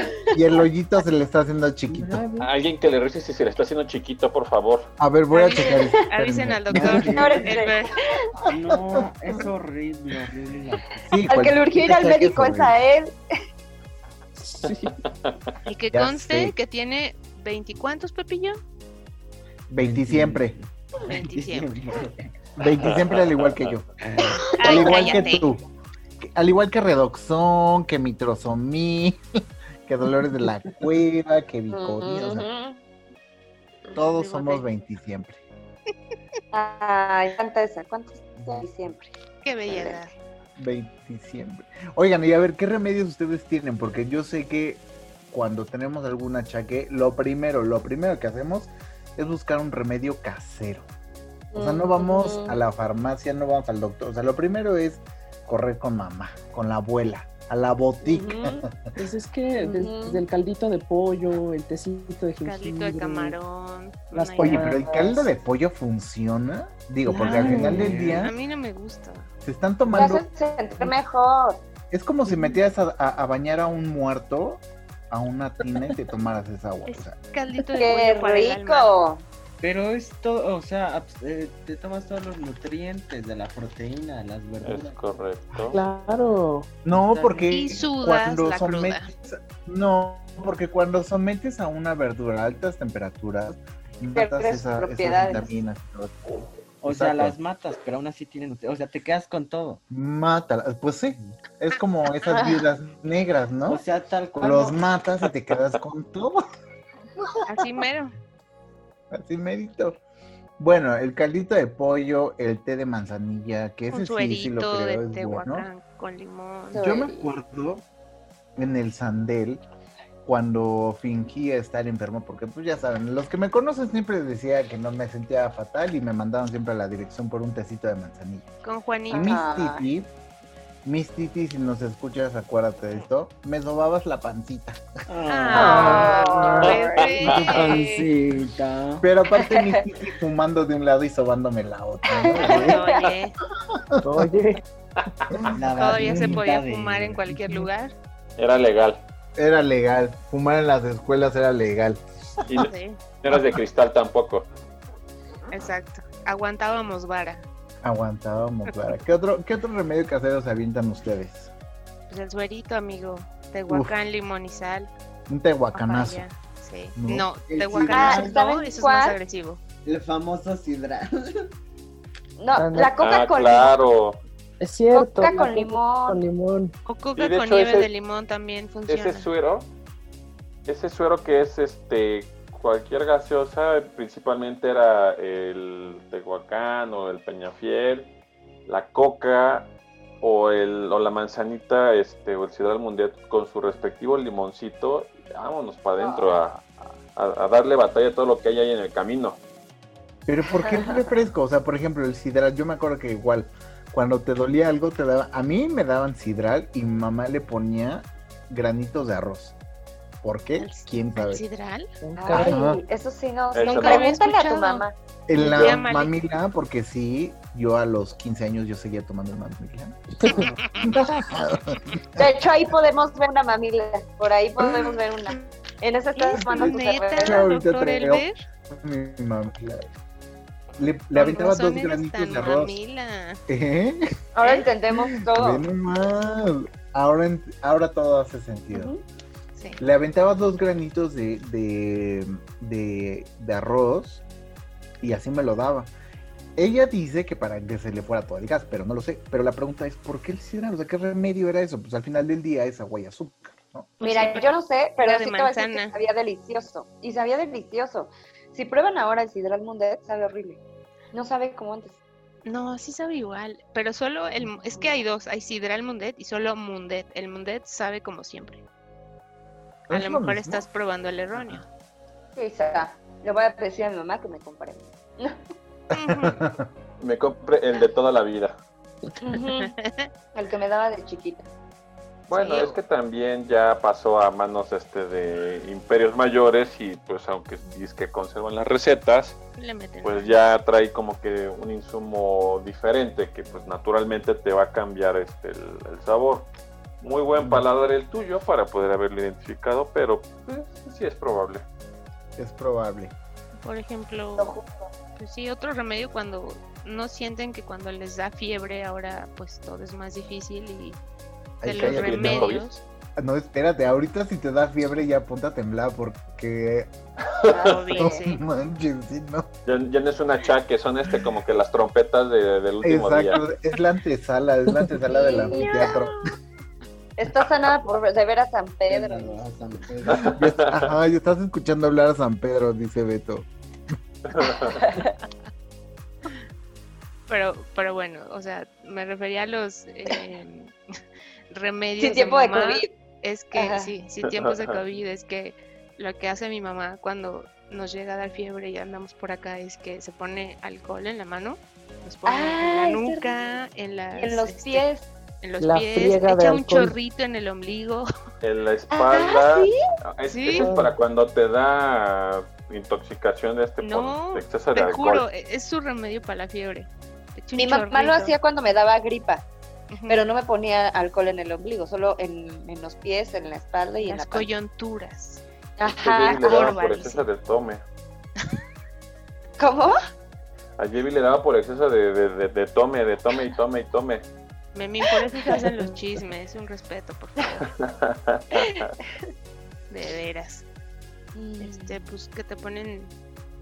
Speaker 4: no.
Speaker 6: Y el hoyito se le está haciendo chiquito.
Speaker 8: Bravo.
Speaker 9: Alguien que le revise si se le está haciendo chiquito, por favor.
Speaker 6: A ver, voy a
Speaker 5: Avisen-
Speaker 6: checar. esto,
Speaker 5: Avisen
Speaker 6: espérenme.
Speaker 5: al doctor.
Speaker 4: Señores,
Speaker 5: El ver-
Speaker 8: No, es horrible, horrible. la-
Speaker 6: Sí,
Speaker 4: Al que le urgió ir al
Speaker 6: cualquier
Speaker 4: médico es
Speaker 6: cosa
Speaker 4: a él.
Speaker 8: Sí.
Speaker 5: Y que
Speaker 6: Ya
Speaker 5: conste
Speaker 6: sé.
Speaker 5: que tiene 20 cuántos, Pepillo?
Speaker 6: horrible. 20 siempre.
Speaker 5: 20
Speaker 8: siempre.
Speaker 6: 20 siempre al igual que yo. Al
Speaker 5: Ay,
Speaker 6: igual que
Speaker 5: cállate.
Speaker 6: tú. Al igual que Redoxón, que Mitrosomí, que Dolores de la Cueva, que Bicodio. o sea, todos
Speaker 5: Bigote.
Speaker 6: somos 20 siempre.
Speaker 4: Ay, cuánta esa, cuánta esa, siempre.
Speaker 5: Qué belleza.
Speaker 6: 20 diciembre. Oigan, y a ver, ¿qué remedios ustedes tienen? Porque yo sé que cuando tenemos algún achaque, lo primero, lo primero que hacemos es buscar un remedio casero. O sea, no vamos a la farmacia, no vamos al doctor. O sea, lo primero es correr con mamá, con la abuela, a la botica.
Speaker 4: Ujú.
Speaker 7: Pues es que des-
Speaker 4: Ujú.
Speaker 7: desde el caldito de pollo, el tecito de jengibre.
Speaker 5: Caldito de camarón.
Speaker 7: Las
Speaker 5: una
Speaker 6: Oye,
Speaker 5: llama.
Speaker 6: pero el caldo de pollo funciona. Digo, porque al
Speaker 7: Claro.
Speaker 6: final del
Speaker 5: A
Speaker 6: día
Speaker 5: mí no me gusta.
Speaker 6: se están
Speaker 4: Me
Speaker 6: tomando
Speaker 4: hace sentir mejor.
Speaker 6: Es como si metieras a, a- a bañar a un muerto a una tina y te tomaras esa agua. O sea,
Speaker 5: Caldito de
Speaker 4: ¡Qué
Speaker 5: pollo para el alma.
Speaker 4: rico!
Speaker 8: Pero es todo, o sea, abs- eh, te tomas todos los nutrientes de la proteína, de las
Speaker 9: Es
Speaker 8: verduras.
Speaker 9: correcto.
Speaker 7: Claro.
Speaker 6: no, porque
Speaker 5: Y sudas
Speaker 6: cuando
Speaker 5: la cruda.
Speaker 6: sometes, no, porque cuando sometes a una verdura a altas temperaturas, matas
Speaker 4: Pierdes
Speaker 6: esa- esas
Speaker 4: propiedades.
Speaker 6: vitaminas y todo.
Speaker 8: O sea,
Speaker 6: Exacto.
Speaker 8: las matas, pero aún así tienen nutri- O sea, te quedas con todo.
Speaker 6: Mátalas. Pues sí, es como esas viudas negras,
Speaker 8: O
Speaker 5: Pues
Speaker 6: ¿no?
Speaker 8: sea, tal cual.
Speaker 6: Los matas y te quedas con todo.
Speaker 5: Así mero.
Speaker 6: Así medito. Bueno, el caldito de pollo, el té de manzanilla, que ese
Speaker 5: Un
Speaker 6: sí, sí lo
Speaker 5: suerito
Speaker 6: creo
Speaker 5: de
Speaker 6: es bueno.
Speaker 5: tehuacán con limón.
Speaker 4: Sí.
Speaker 6: Yo me acuerdo en el Sandel cuando fingía estar enfermo, porque pues ya saben, los que me conocen siempre decía que no me sentía fatal y me mandaban siempre a la dirección por un tecito de manzanilla.
Speaker 5: Con
Speaker 6: Y
Speaker 5: Juanito.
Speaker 6: mis
Speaker 4: Ay.
Speaker 6: titi, mis titi, si nos escuchas, acuérdate de esto, me sobabas la pancita.
Speaker 5: Ah,
Speaker 8: Ay,
Speaker 5: bebé.
Speaker 8: tu
Speaker 6: Ah,
Speaker 8: pancita.
Speaker 6: Pero aparte mis titi fumando de un lado y sobándome la otra. ¿no?
Speaker 5: Oye,
Speaker 7: Oye,
Speaker 8: La
Speaker 5: todavía se
Speaker 8: barriguita
Speaker 5: podía
Speaker 8: de-
Speaker 5: fumar en cualquier lugar.
Speaker 9: Era legal.
Speaker 6: Era legal, fumar en las escuelas era legal.
Speaker 9: Y
Speaker 10: Ah,
Speaker 9: no
Speaker 5: Sí,
Speaker 9: eras de cristal tampoco.
Speaker 5: exacto. Aguantábamos vara.
Speaker 6: Aguantábamos, claro. ¿Qué otro, qué otro remedio casero se avientan ustedes?
Speaker 5: Pues el suerito, amigo. Tehuacán, limón y sal.
Speaker 6: Un tehuacanazo.
Speaker 5: papaya, Sí.
Speaker 6: No.
Speaker 5: No,
Speaker 8: El
Speaker 5: tehuacanazo
Speaker 4: sidral.
Speaker 5: no,
Speaker 4: Ah,
Speaker 5: eso
Speaker 4: ¿saben
Speaker 5: es más
Speaker 4: cuál?
Speaker 5: agresivo.
Speaker 8: El famoso sidra.
Speaker 4: No, la coca
Speaker 9: Ah,
Speaker 4: con
Speaker 9: claro.
Speaker 7: es cierto.
Speaker 4: Coca con
Speaker 7: la
Speaker 4: limón.
Speaker 7: Con limón.
Speaker 5: O
Speaker 9: Y
Speaker 5: coca
Speaker 9: de
Speaker 5: con
Speaker 9: hecho
Speaker 5: nieve
Speaker 9: ese-
Speaker 5: de limón también funciona.
Speaker 9: Ese suero, ese suero que es este cualquier gaseosa, principalmente era el Tehuacán o el Peñafiel, la coca o el o la manzanita, este o el Ciudad Mundial con su respectivo limoncito, vámonos para adentro a, a- a darle batalla a todo lo que hay ahí en el camino.
Speaker 6: Pero ¿por qué el refresco? O sea, por ejemplo, el sidral, yo me acuerdo que igual, cuando te dolía algo, te daba, a mí me daban sidral y mi mamá le ponía granitos de arroz. ¿Por qué?
Speaker 5: El c-
Speaker 6: ¿Quién
Speaker 5: ¿El
Speaker 6: sabe?
Speaker 5: sidral?
Speaker 4: Ay,
Speaker 6: Ajá.
Speaker 4: eso sí no.
Speaker 9: Eso no.
Speaker 4: Pregúntale a tu
Speaker 5: Escuchado.
Speaker 4: mamá.
Speaker 6: En la
Speaker 5: Llámale.
Speaker 6: mamila, porque sí, yo a los 15 años yo seguía tomando mamila.
Speaker 4: De hecho, ahí podemos ver una mamila. Por ahí podemos ver una. En esa estás tomando tu cerveza.
Speaker 5: Neta,
Speaker 6: Ahorita
Speaker 5: doctor
Speaker 6: traigo.
Speaker 5: Elber.
Speaker 6: Mi mamila. Le, le
Speaker 5: Con
Speaker 6: aventaba dos
Speaker 5: razón eras
Speaker 6: granitos
Speaker 5: tan
Speaker 6: de arroz.
Speaker 5: mamila.
Speaker 6: ¿Eh?
Speaker 4: Ahora entendemos todo.
Speaker 6: Ve nomás. Ahora, en- ahora todo hace sentido.
Speaker 4: Ujú.
Speaker 5: Sí.
Speaker 6: Le aventaba dos granitos de, de, de- de arroz y así me lo daba. Ella dice que para que se le fuera todo el gas, pero no lo sé. Pero la pregunta es, ¿por qué le hicieron? O sea, ¿qué remedio era eso? Pues al final del día es agua y azúcar, ¿no?
Speaker 4: Mira, yo no sé, pero
Speaker 5: de
Speaker 4: sí te voy a decir que
Speaker 5: manzana.
Speaker 4: sabía delicioso. Y sabía delicioso. Si prueban ahora el sidral mundet, sabe horrible. No sabe como antes.
Speaker 5: No, sí sabe igual, pero solo el... mu- Es que hay dos, hay sidral mundet y solo mundet. El mundet sabe como siempre. A
Speaker 6: ¿Es
Speaker 5: lo
Speaker 6: lo
Speaker 5: mejor
Speaker 6: mismo?
Speaker 5: estás probando el erróneo.
Speaker 4: Quizá. Le voy a decir a mi mamá que me compare.
Speaker 5: Ujú.
Speaker 9: Me compré el de toda la vida.
Speaker 4: El que me daba de chiquita.
Speaker 9: Bueno,
Speaker 5: Sí.
Speaker 9: es que también ya pasó a manos este de imperios mayores y pues aunque dice que conservan las recetas,
Speaker 5: Le meten.
Speaker 9: pues ya trae como que un insumo diferente que pues naturalmente te va a cambiar este el, el sabor. Muy buen paladar el tuyo para poder haberlo identificado, pero pues, sí es probable.
Speaker 6: Es probable.
Speaker 5: Por ejemplo,
Speaker 4: Lo juro.
Speaker 5: pues sí, otro remedio cuando no sienten que cuando les da fiebre ahora pues todo es más difícil y de
Speaker 6: Ahí
Speaker 5: los
Speaker 6: está, ya
Speaker 9: viene
Speaker 6: tiene-
Speaker 9: COVID.
Speaker 5: remedios
Speaker 6: Ah, No, espérate, ahorita si te da fiebre ya ponte a temblar porque...
Speaker 4: Ah,
Speaker 5: COVID,
Speaker 6: No
Speaker 5: sí.
Speaker 6: manches, sí, no.
Speaker 9: Ya, ya no es un achaque, son este como que las trompetas de- del último día.
Speaker 6: Exacto, es la antesala, es la antesala del anfiteatro.
Speaker 4: Está sanada por de ver a San Pedro.
Speaker 6: Ya está- Ajá, ya estás escuchando hablar a San Pedro, dice Beto.
Speaker 5: Pero, pero bueno, o sea, me refería a los eh, remedios.
Speaker 4: Sin tiempo de
Speaker 5: mamá.
Speaker 4: COVID.
Speaker 5: Es que
Speaker 4: Ajá.
Speaker 5: sí, sí, tiempos de COVID, es que lo que hace mi mamá cuando nos llega a dar fiebre y andamos por acá es que se pone alcohol en la mano, nos pone en
Speaker 4: Ah,
Speaker 5: la
Speaker 4: es
Speaker 5: nuca, en, las,
Speaker 4: En los
Speaker 5: este,
Speaker 4: pies.
Speaker 5: en los
Speaker 7: La
Speaker 5: pies,
Speaker 7: friega de
Speaker 5: echa un
Speaker 7: alcohol.
Speaker 5: chorrito en el ombligo.
Speaker 9: En la espalda. ah,
Speaker 4: ¿sí?
Speaker 9: Es-
Speaker 5: Sí.
Speaker 9: Eso es para cuando te da intoxicación de este
Speaker 5: No,
Speaker 9: por exceso de
Speaker 5: Te
Speaker 9: alcohol.
Speaker 5: juro, e- es su remedio para la fiebre. Echa un
Speaker 4: Mi mamá lo
Speaker 5: chorrito.
Speaker 4: hacía cuando me daba gripa,
Speaker 5: Ujú.
Speaker 4: pero no me ponía alcohol en el ombligo, solo en, en los pies, en la espalda y en la
Speaker 5: las
Speaker 4: panza.
Speaker 5: coyunturas.
Speaker 9: A
Speaker 4: Ajá,
Speaker 9: Yevi le daba
Speaker 5: Orval,
Speaker 9: por exceso de tome.
Speaker 4: ¿cómo?
Speaker 9: A Yevi le daba por exceso de, de- de- de tome, de tome y tome y tome.
Speaker 5: Memín, por eso se hacen los chismes, un respeto, por favor. De veras. Este, pues que te ponen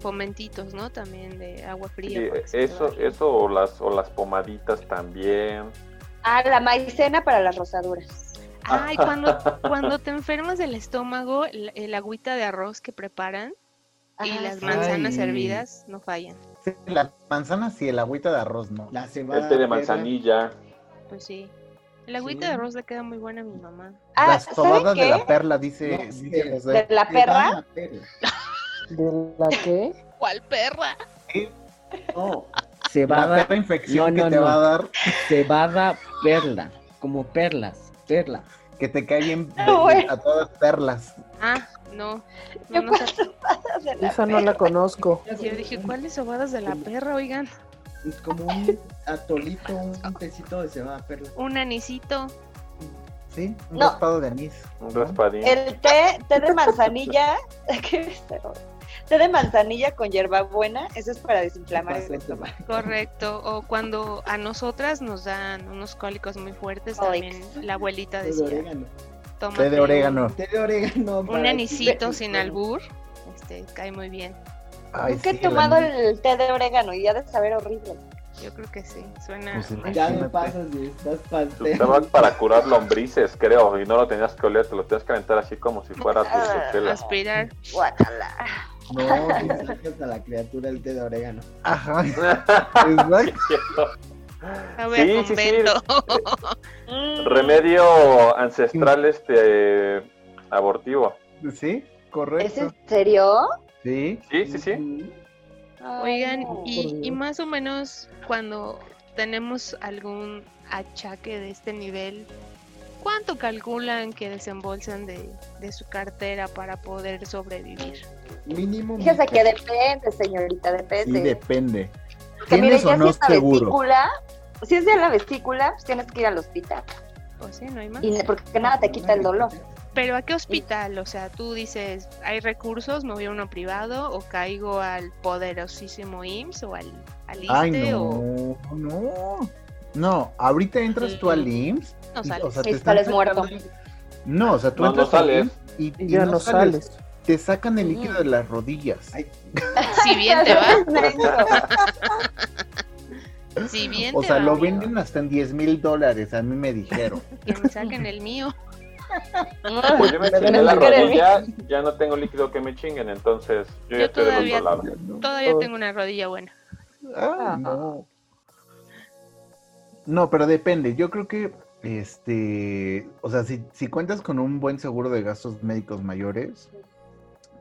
Speaker 5: fomentitos, ¿no? También de agua fría.
Speaker 9: Y
Speaker 5: para que se te
Speaker 9: eso,
Speaker 5: baje.
Speaker 9: eso o las, o las pomaditas también.
Speaker 4: Ah, la maicena para las rosaduras.
Speaker 5: Ay, cuando, cuando te enfermas del estómago, el, el agüita de arroz que preparan y
Speaker 4: Ah,
Speaker 5: las
Speaker 4: sí.
Speaker 5: manzanas
Speaker 6: Ay.
Speaker 5: hervidas no fallan.
Speaker 6: Sí, Las manzanas y el agüita de arroz, no.
Speaker 8: La cebada.
Speaker 9: El té Este de
Speaker 8: perra.
Speaker 9: manzanilla.
Speaker 5: Pues sí. El agüita de
Speaker 8: Sí.
Speaker 5: arroz le queda muy buena a mi mamá.
Speaker 4: Ah,
Speaker 6: Las
Speaker 4: ¿saben
Speaker 6: tomadas de
Speaker 4: qué?
Speaker 6: la perla, dice,
Speaker 8: No,
Speaker 6: dice
Speaker 8: sí.
Speaker 6: José.
Speaker 4: ¿De la perra?
Speaker 7: ¿De la qué?
Speaker 5: ¿Cuál perra?
Speaker 8: No,
Speaker 6: La
Speaker 11: Cebada,
Speaker 6: perra infección
Speaker 11: No, no,
Speaker 6: que te
Speaker 11: no.
Speaker 6: va a dar,
Speaker 11: cebada, perla. Como perlas, perla.
Speaker 6: que te cae bien
Speaker 4: No,
Speaker 6: bien
Speaker 4: güey.
Speaker 6: a todas perlas.
Speaker 5: Ah, no.
Speaker 4: ¿Qué
Speaker 5: no, no sé.
Speaker 4: De la
Speaker 7: Esa no la conozco.
Speaker 5: Yo dije, ¿cuáles sobadas de la perra? Oigan,
Speaker 8: Es como un atolito, un tecito de cebada perla.
Speaker 5: un anisito.
Speaker 6: Sí, un
Speaker 4: No.
Speaker 6: raspado de anís.
Speaker 9: Un raspadín.
Speaker 4: El té, té de manzanilla. ¿Qué cero? Té de manzanilla con hierbabuena, eso es para desinflamar. el
Speaker 8: Pasó,
Speaker 4: estómago.
Speaker 5: Correcto, o cuando a nosotras nos dan unos cólicos muy fuertes,
Speaker 4: Cólicos.
Speaker 5: también la abuelita
Speaker 8: Té de
Speaker 5: decía,
Speaker 8: orégano.
Speaker 5: toma
Speaker 6: Té de orégano.
Speaker 8: Té de orégano.
Speaker 5: un
Speaker 8: para-
Speaker 5: anisito sin albur, este, cae muy bien,
Speaker 6: Ay,
Speaker 4: Nunca he
Speaker 6: sí, el
Speaker 4: tomado
Speaker 6: anís.
Speaker 4: el té de orégano y ya de saber horrible.
Speaker 5: yo creo que sí, suena...
Speaker 6: Pues sí.
Speaker 8: Ya me
Speaker 6: Imagínate.
Speaker 8: pasas de estas
Speaker 9: Se
Speaker 8: pastel.
Speaker 9: usaba para curar lombrices, creo, y no lo tenías que oler, te lo tenías que aventar así como si fuera tu tutela.
Speaker 5: Aspirar,
Speaker 4: Guácala.
Speaker 8: No, que sacas a la criatura el té de orégano.
Speaker 6: Ajá, exacto.
Speaker 5: sabe a
Speaker 9: Sí, sí, sí.
Speaker 5: convento.
Speaker 4: Mm,
Speaker 9: Remedio ancestral este eh, abortivo.
Speaker 6: Sí,
Speaker 4: ¿Es
Speaker 6: correcto.
Speaker 4: en serio?
Speaker 6: Sí.
Speaker 9: Sí, sí, sí.
Speaker 5: Oigan, y,
Speaker 7: Por
Speaker 5: y
Speaker 7: Dios.
Speaker 5: más o menos cuando tenemos algún achaque de este nivel, ¿cuánto calculan que desembolsan de, de su cartera para poder sobrevivir?
Speaker 8: Mínimo.
Speaker 4: Fíjese
Speaker 8: mil
Speaker 4: que depende, señorita,
Speaker 6: Sí,
Speaker 4: depende.
Speaker 6: depende.
Speaker 4: Que mire,
Speaker 6: ¿Tienes
Speaker 4: ya
Speaker 6: o
Speaker 4: si
Speaker 6: no
Speaker 4: es la
Speaker 6: seguro?
Speaker 4: vesícula, si es de la vesícula, pues tienes que ir al hospital.
Speaker 5: ¿O Ah, sí, no hay más?
Speaker 4: Y porque nada te quita el dolor.
Speaker 5: Pero ¿a qué hospital? O sea, tú dices, ¿hay recursos? ¿Me voy a uno privado? ¿O caigo al poderosísimo IMSS o al, al
Speaker 6: Ay,
Speaker 5: ISSSTE?
Speaker 6: no, no. No, ahorita entras tú al IMSS.
Speaker 5: O no
Speaker 6: O
Speaker 5: sales.
Speaker 6: sea, te
Speaker 4: Y sales
Speaker 6: están
Speaker 4: muerto.
Speaker 6: sacando el- No, o sea, tú
Speaker 9: No, no
Speaker 6: entras al
Speaker 9: sales.
Speaker 6: IMSS y,
Speaker 7: Y
Speaker 6: y
Speaker 7: ya no sales.
Speaker 6: Te sacan el líquido de las rodillas.
Speaker 8: Ay,
Speaker 5: Si bien te va, si bien
Speaker 6: o
Speaker 5: te
Speaker 6: sea,
Speaker 5: va,
Speaker 6: lo
Speaker 5: amigo,
Speaker 6: venden hasta en 10 mil dólares, a mí me dijeron.
Speaker 5: que me saquen el mío.
Speaker 9: Pues yo me
Speaker 7: Me
Speaker 9: chingué
Speaker 7: dan
Speaker 9: la
Speaker 7: el líquido.
Speaker 9: rodilla, ya no tengo líquido que me chinguen, entonces yo ya
Speaker 5: Yo
Speaker 9: estoy del
Speaker 5: todavía-
Speaker 9: otro lado.
Speaker 5: Todavía tengo una rodilla buena.
Speaker 6: Ah, no. No, pero depende. Yo creo que, este, o sea, si, si cuentas con un buen seguro de gastos médicos mayores,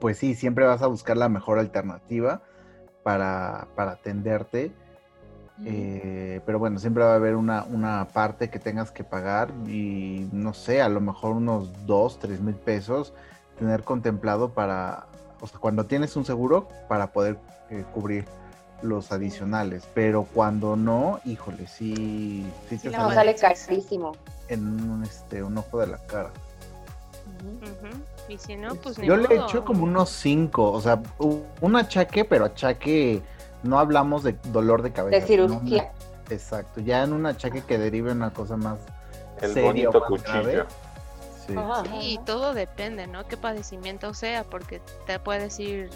Speaker 6: pues sí, siempre vas a buscar la mejor alternativa para, para atenderte. Eh, pero bueno, siempre va a haber una, una parte que tengas que pagar y no sé, a lo mejor unos 2, 3 mil pesos tener contemplado para, o sea, cuando tienes un seguro para poder eh, cubrir los adicionales, pero cuando no, híjole, sí, sí te sale
Speaker 5: la
Speaker 4: No, sale carísimo.
Speaker 6: en un, este, un ojo de la cara.
Speaker 5: Ujú. Y si no, pues ni
Speaker 6: Yo le
Speaker 5: modo.
Speaker 6: echo como unos 5, o sea, u- un achaque, pero achaque, no hablamos de dolor de cabeza.
Speaker 4: De
Speaker 6: sino un
Speaker 4: cirugía.
Speaker 6: Exacto, ya en un achaque que derive en una cosa más
Speaker 9: El
Speaker 6: seria o
Speaker 9: bonito
Speaker 6: más
Speaker 9: cuchillo.
Speaker 6: grave. Sí.
Speaker 4: Ajá.
Speaker 5: Sí, todo depende, ¿no? Qué padecimiento sea, porque te puedes ir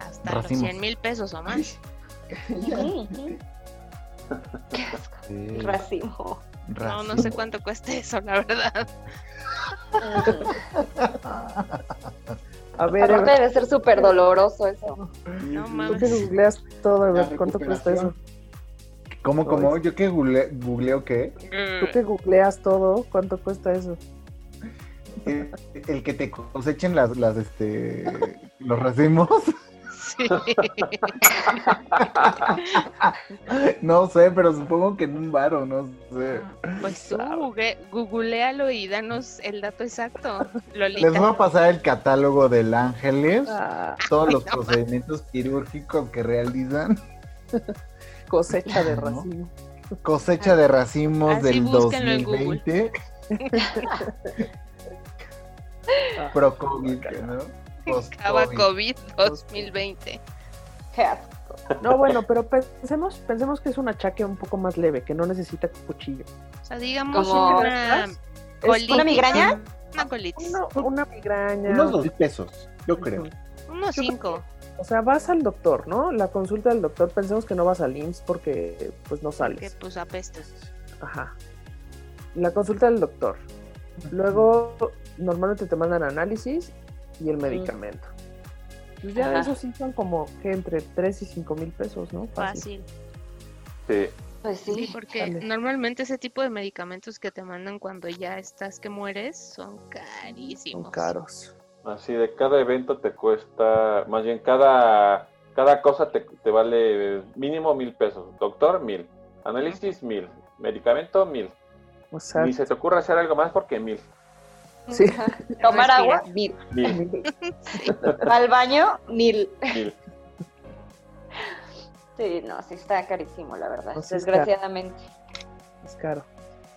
Speaker 5: hasta los
Speaker 6: Racimos.
Speaker 5: 100 mil pesos o más.
Speaker 4: Ujú, ujú. Qué asco.
Speaker 6: Sí,
Speaker 4: Racimo.
Speaker 5: No, no sé
Speaker 6: racismo.
Speaker 5: cuánto cueste eso, la verdad.
Speaker 7: A ver,
Speaker 4: Aparte
Speaker 7: Eva,
Speaker 4: debe ser súper doloroso eso.
Speaker 5: No
Speaker 7: tú
Speaker 5: mames.
Speaker 7: que googleas todo, a ver
Speaker 8: La
Speaker 7: cuánto cuesta eso.
Speaker 6: ¿Cómo, cómo? ¿Yo que google- googleo qué?
Speaker 7: Tú que googleas todo, cuánto cuesta eso.
Speaker 6: El, el que te cosechen las, las, este, los racimos.
Speaker 5: Mm, Sí.
Speaker 6: No sé, pero supongo que en un bar o no sé.
Speaker 5: Pues tú google- googlealo y danos el dato exacto, Lolita.
Speaker 6: Les voy a pasar el catálogo del Ángeles,
Speaker 4: Ah.
Speaker 6: todos los
Speaker 5: no mames.
Speaker 6: procedimientos quirúrgicos que realizan,
Speaker 7: cosecha de
Speaker 6: ¿No?
Speaker 7: racimo.
Speaker 6: cosecha de racimos
Speaker 5: Así
Speaker 6: del
Speaker 5: búsquenlo en
Speaker 6: 2020. Ah. Pro-COVID, ¿no?
Speaker 5: Acaba
Speaker 6: Post-COVID.
Speaker 5: COVID 2020.
Speaker 4: Qué asco.
Speaker 7: No, bueno, pero pensemos, pensemos que es un achaque un poco más leve, que no necesita cuchillo.
Speaker 5: O sea, digamos
Speaker 4: Como-
Speaker 5: una,
Speaker 7: Es
Speaker 4: ¿Una migraña?
Speaker 5: una colitis.
Speaker 7: Una, una migraña.
Speaker 6: Unos dos mil pesos, yo creo.
Speaker 5: Unos cinco.
Speaker 7: O sea, vas al doctor, ¿no? La consulta del doctor, pensemos que no vas al IMSS porque pues no
Speaker 5: Que
Speaker 7: sales.
Speaker 5: pues apestas.
Speaker 7: Ajá. La consulta del doctor. Luego, normalmente te mandan análisis y el medicamento. Pues ya
Speaker 4: Ajá.
Speaker 7: eso sí son como que entre 3 y 5 mil pesos, ¿no?
Speaker 5: Fácil.
Speaker 9: Sí.
Speaker 4: Pues
Speaker 5: Sí,
Speaker 4: sí.
Speaker 5: porque
Speaker 7: chale.
Speaker 5: normalmente ese tipo de medicamentos que te mandan cuando ya estás que mueres son carísimos.
Speaker 7: Son caros.
Speaker 9: Así de cada evento te cuesta, más bien cada, cada cosa te, te vale mínimo mil pesos. Doctor, mil. Análisis, mil. Medicamento, mil.
Speaker 7: O sea,
Speaker 9: Ni se te ocurra hacer algo más porque mil.
Speaker 7: sí.
Speaker 4: Tomar
Speaker 5: Respira.
Speaker 4: agua, mil.
Speaker 9: Mil,
Speaker 4: Al baño, mil.
Speaker 9: mil.
Speaker 4: Sí, no, sí está carísimo, la verdad.
Speaker 7: No, sí está.
Speaker 4: Desgraciadamente.
Speaker 7: Es caro.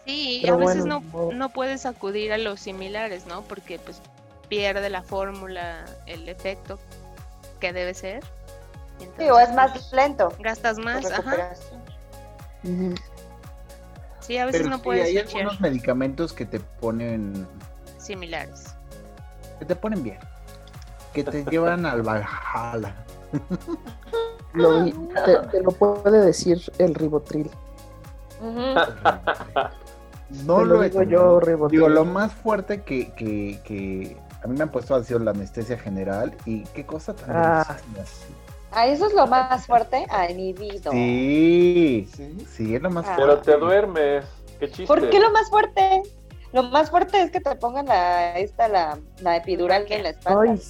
Speaker 5: Sí, y
Speaker 7: Pero
Speaker 5: a veces
Speaker 7: bueno,
Speaker 5: no,
Speaker 7: no.
Speaker 5: no puedes acudir a los similares, ¿no? Porque pues pierde la fórmula, el efecto que debe ser. Y
Speaker 4: Sí, o es
Speaker 5: entonces,
Speaker 4: más lento.
Speaker 5: Gastas más,
Speaker 4: tu
Speaker 5: ajá.
Speaker 4: recuperación.
Speaker 5: Sí, a veces
Speaker 6: Pero
Speaker 5: no
Speaker 6: sí,
Speaker 5: puedes
Speaker 6: hay
Speaker 5: switchear
Speaker 6: algunos medicamentos que te ponen,
Speaker 5: similares.
Speaker 6: que te ponen bien, que te llevan al Valhalla.
Speaker 7: Lo- te, te lo puede decir el ribotril. Ah.
Speaker 4: Ujú.
Speaker 6: No lo,
Speaker 7: Te lo
Speaker 6: he
Speaker 7: digo
Speaker 6: tenido.
Speaker 7: yo, Ribotril.
Speaker 6: Digo, lo más fuerte que, que, que a mí me han puesto ha sido la anestesia general y qué cosa tan
Speaker 7: Ah.
Speaker 6: deliciosa.
Speaker 4: Ah, eso es lo más fuerte. ah, Ay, mi vida.
Speaker 6: Sí,
Speaker 8: Sí.
Speaker 6: sí, es lo más
Speaker 4: Ah.
Speaker 6: fuerte.
Speaker 9: Pero te duermes. Qué chiste.
Speaker 4: ¿Por qué lo más fuerte? Lo más fuerte es que te pongan la, esta, la, la epidural en la espalda.
Speaker 7: Ay,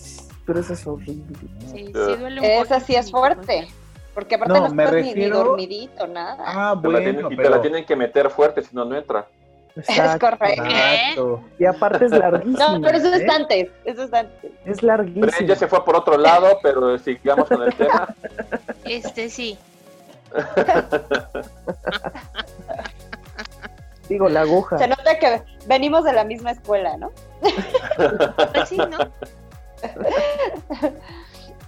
Speaker 7: pero eso es horrible.
Speaker 5: Sí, sí
Speaker 9: Ya.
Speaker 6: Ah.
Speaker 5: duele un
Speaker 4: Esa sí
Speaker 5: poquito,
Speaker 4: es fuerte. Porque aparte
Speaker 6: No,
Speaker 4: no,
Speaker 6: me
Speaker 4: estás ni-
Speaker 6: refiero-
Speaker 4: ni dormidito, nada.
Speaker 6: Ah,
Speaker 9: Te la tienen-
Speaker 6: bueno,
Speaker 9: y te
Speaker 6: pero...
Speaker 9: la tienen que meter fuerte, si no, no entra.
Speaker 4: Es correcto.
Speaker 6: Exacto.
Speaker 7: Y aparte es larguísimo.
Speaker 4: No, pero eso es
Speaker 7: ¿eh?
Speaker 4: antes, eso es antes.
Speaker 7: Es
Speaker 9: Pero
Speaker 7: larguísimo.
Speaker 9: ya se fue por otro lado, pero sigamos con el tema.
Speaker 5: ¿no? Este sí.
Speaker 7: Digo, la aguja.
Speaker 4: Se nota que venimos de la misma escuela, ¿no?
Speaker 5: Pues sí, ¿no?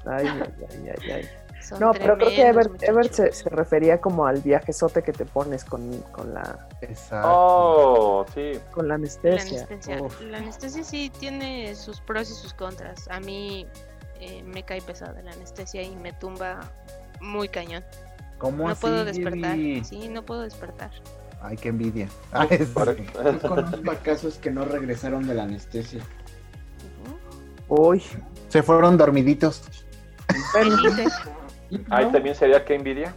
Speaker 7: Ay, ay, ay, ay, ay.
Speaker 5: Son
Speaker 7: No, pero creo que
Speaker 5: tremendos,
Speaker 7: Ebert, Ebert se,
Speaker 5: muchachos.
Speaker 7: se refería como al viajezote que te pones con, con la,
Speaker 6: Exacto.
Speaker 9: Oh, sí.
Speaker 7: con la
Speaker 5: La
Speaker 7: anestesia.
Speaker 5: anestesia,
Speaker 7: Uf.
Speaker 5: la anestesia sí tiene sus pros y sus contras. A mí eh, me cae pesada la anestesia y me tumba muy cañón.
Speaker 6: ¿Cómo
Speaker 5: No
Speaker 6: así,
Speaker 5: puedo despertar.
Speaker 6: Vivi?
Speaker 5: Sí, no puedo despertar.
Speaker 6: Ay, qué envidia. Ah, Ay, sí.
Speaker 8: Yo conozco a casos que no regresaron de la anestesia.
Speaker 5: Ujú.
Speaker 7: Uy,
Speaker 6: Se fueron dormiditos.
Speaker 5: Felices.
Speaker 9: Ahí también sería que envidia.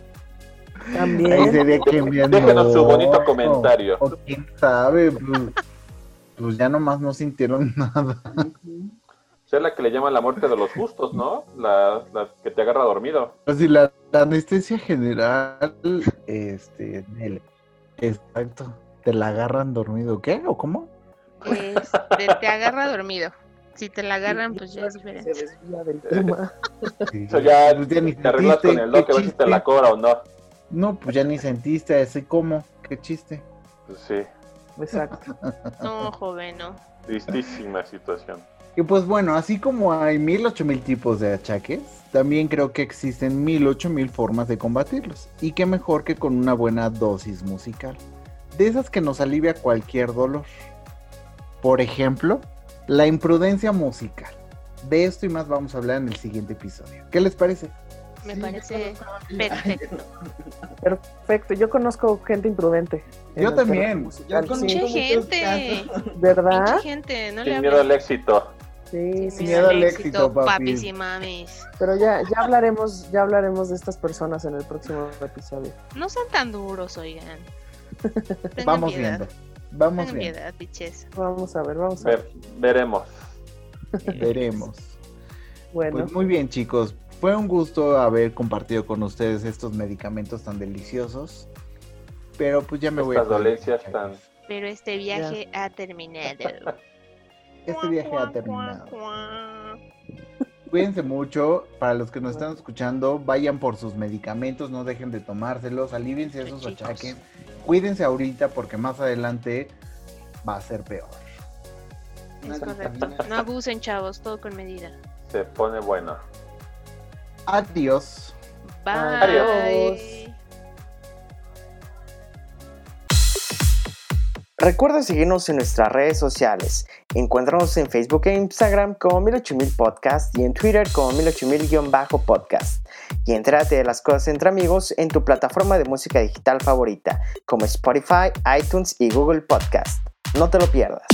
Speaker 6: Ahí
Speaker 7: también.
Speaker 6: se ve que envidia,
Speaker 9: Déjenos su
Speaker 6: no,
Speaker 9: bonito comentario.
Speaker 6: O quién sabe, pues, pues ya nomás no sintieron nada.
Speaker 9: O sea, Pues la que le llaman la muerte de los gustos, ¿no? La, la que te agarra dormido.
Speaker 6: Pues sí, la, la anestesia general, este, el- exacto, te la agarran dormido, ¿qué? ¿O cómo?
Speaker 5: Es- Pues, te, te agarra dormido. Si te la agarran, pues ya es
Speaker 7: Se
Speaker 5: diferente.
Speaker 7: desvía del tema.
Speaker 6: Sí,
Speaker 9: Eso ya
Speaker 6: pues
Speaker 9: te
Speaker 6: ni
Speaker 9: arreglas
Speaker 6: sentiste,
Speaker 9: con el doc
Speaker 6: qué
Speaker 9: a ver si te
Speaker 6: chiste.
Speaker 9: la cobra o no.
Speaker 6: No, pues ya ni sentiste, así como, qué chiste.
Speaker 9: Pues sí,
Speaker 7: Exacto.
Speaker 5: No, joven, no.
Speaker 9: tristísima situación.
Speaker 6: Y pues bueno, así como hay mil, ocho mil tipos de achaques, también creo que existen mil, ocho mil formas de combatirlos. Y qué mejor que con una buena dosis musical. De esas que nos alivia cualquier dolor. Por ejemplo, la imprudencia musical. De esto y más vamos a hablar en el siguiente episodio. ¿Qué les parece?
Speaker 5: Me parece perfecto.
Speaker 7: Perfecto, yo conozco gente imprudente. en
Speaker 6: Yo
Speaker 7: el terreno
Speaker 6: también.
Speaker 7: musical,
Speaker 8: Yo conozco-
Speaker 7: sí,
Speaker 5: Pinche
Speaker 8: muchos
Speaker 5: gente.
Speaker 7: ¿Verdad?
Speaker 5: Pinche gente. No le
Speaker 9: Sin miedo
Speaker 5: hables.
Speaker 9: al éxito.
Speaker 7: Sí, sí.
Speaker 6: Sin miedo al éxito, papi.
Speaker 5: papis y mamis.
Speaker 7: Pero ya, ya hablaremos, ya hablaremos de estas personas en el próximo episodio.
Speaker 5: No sean tan duros, oigan. Tengan
Speaker 6: vamos
Speaker 5: piedad.
Speaker 6: viendo. Vamos
Speaker 5: Tengan
Speaker 6: viendo.
Speaker 5: piedad, biches.
Speaker 7: Vamos a ver, vamos a ver.
Speaker 9: Ve- veremos.
Speaker 6: Veremos.
Speaker 7: Bueno,
Speaker 6: Pues muy bien, chicos. Fue un gusto haber compartido con ustedes estos medicamentos tan deliciosos. Pero pues ya me voy
Speaker 9: Estas
Speaker 6: a.
Speaker 9: dolencias tan-
Speaker 5: Pero este viaje ha terminado.
Speaker 6: Este viaje ha terminado. Cuídense mucho. Para los que nos están escuchando, vayan por sus medicamentos, no dejen de tomárselos, aliviense esos
Speaker 5: Chicos.
Speaker 6: achaques. Cuídense ahorita porque más adelante va a ser peor.
Speaker 5: Es correcto. No abusen, chavos. Todo con medida.
Speaker 9: Se pone bueno.
Speaker 6: Adiós.
Speaker 5: Bye.
Speaker 7: Adiós.
Speaker 8: Recuerda seguirnos en nuestras redes sociales. Encuéntranos en Facebook e Instagram como 108000 Podcast y en Twitter como 108000-podcast. Y entérate de las cosas entre amigos en tu plataforma de música digital favorita, como Spotify, iTunes y Google Podcast. No te lo pierdas.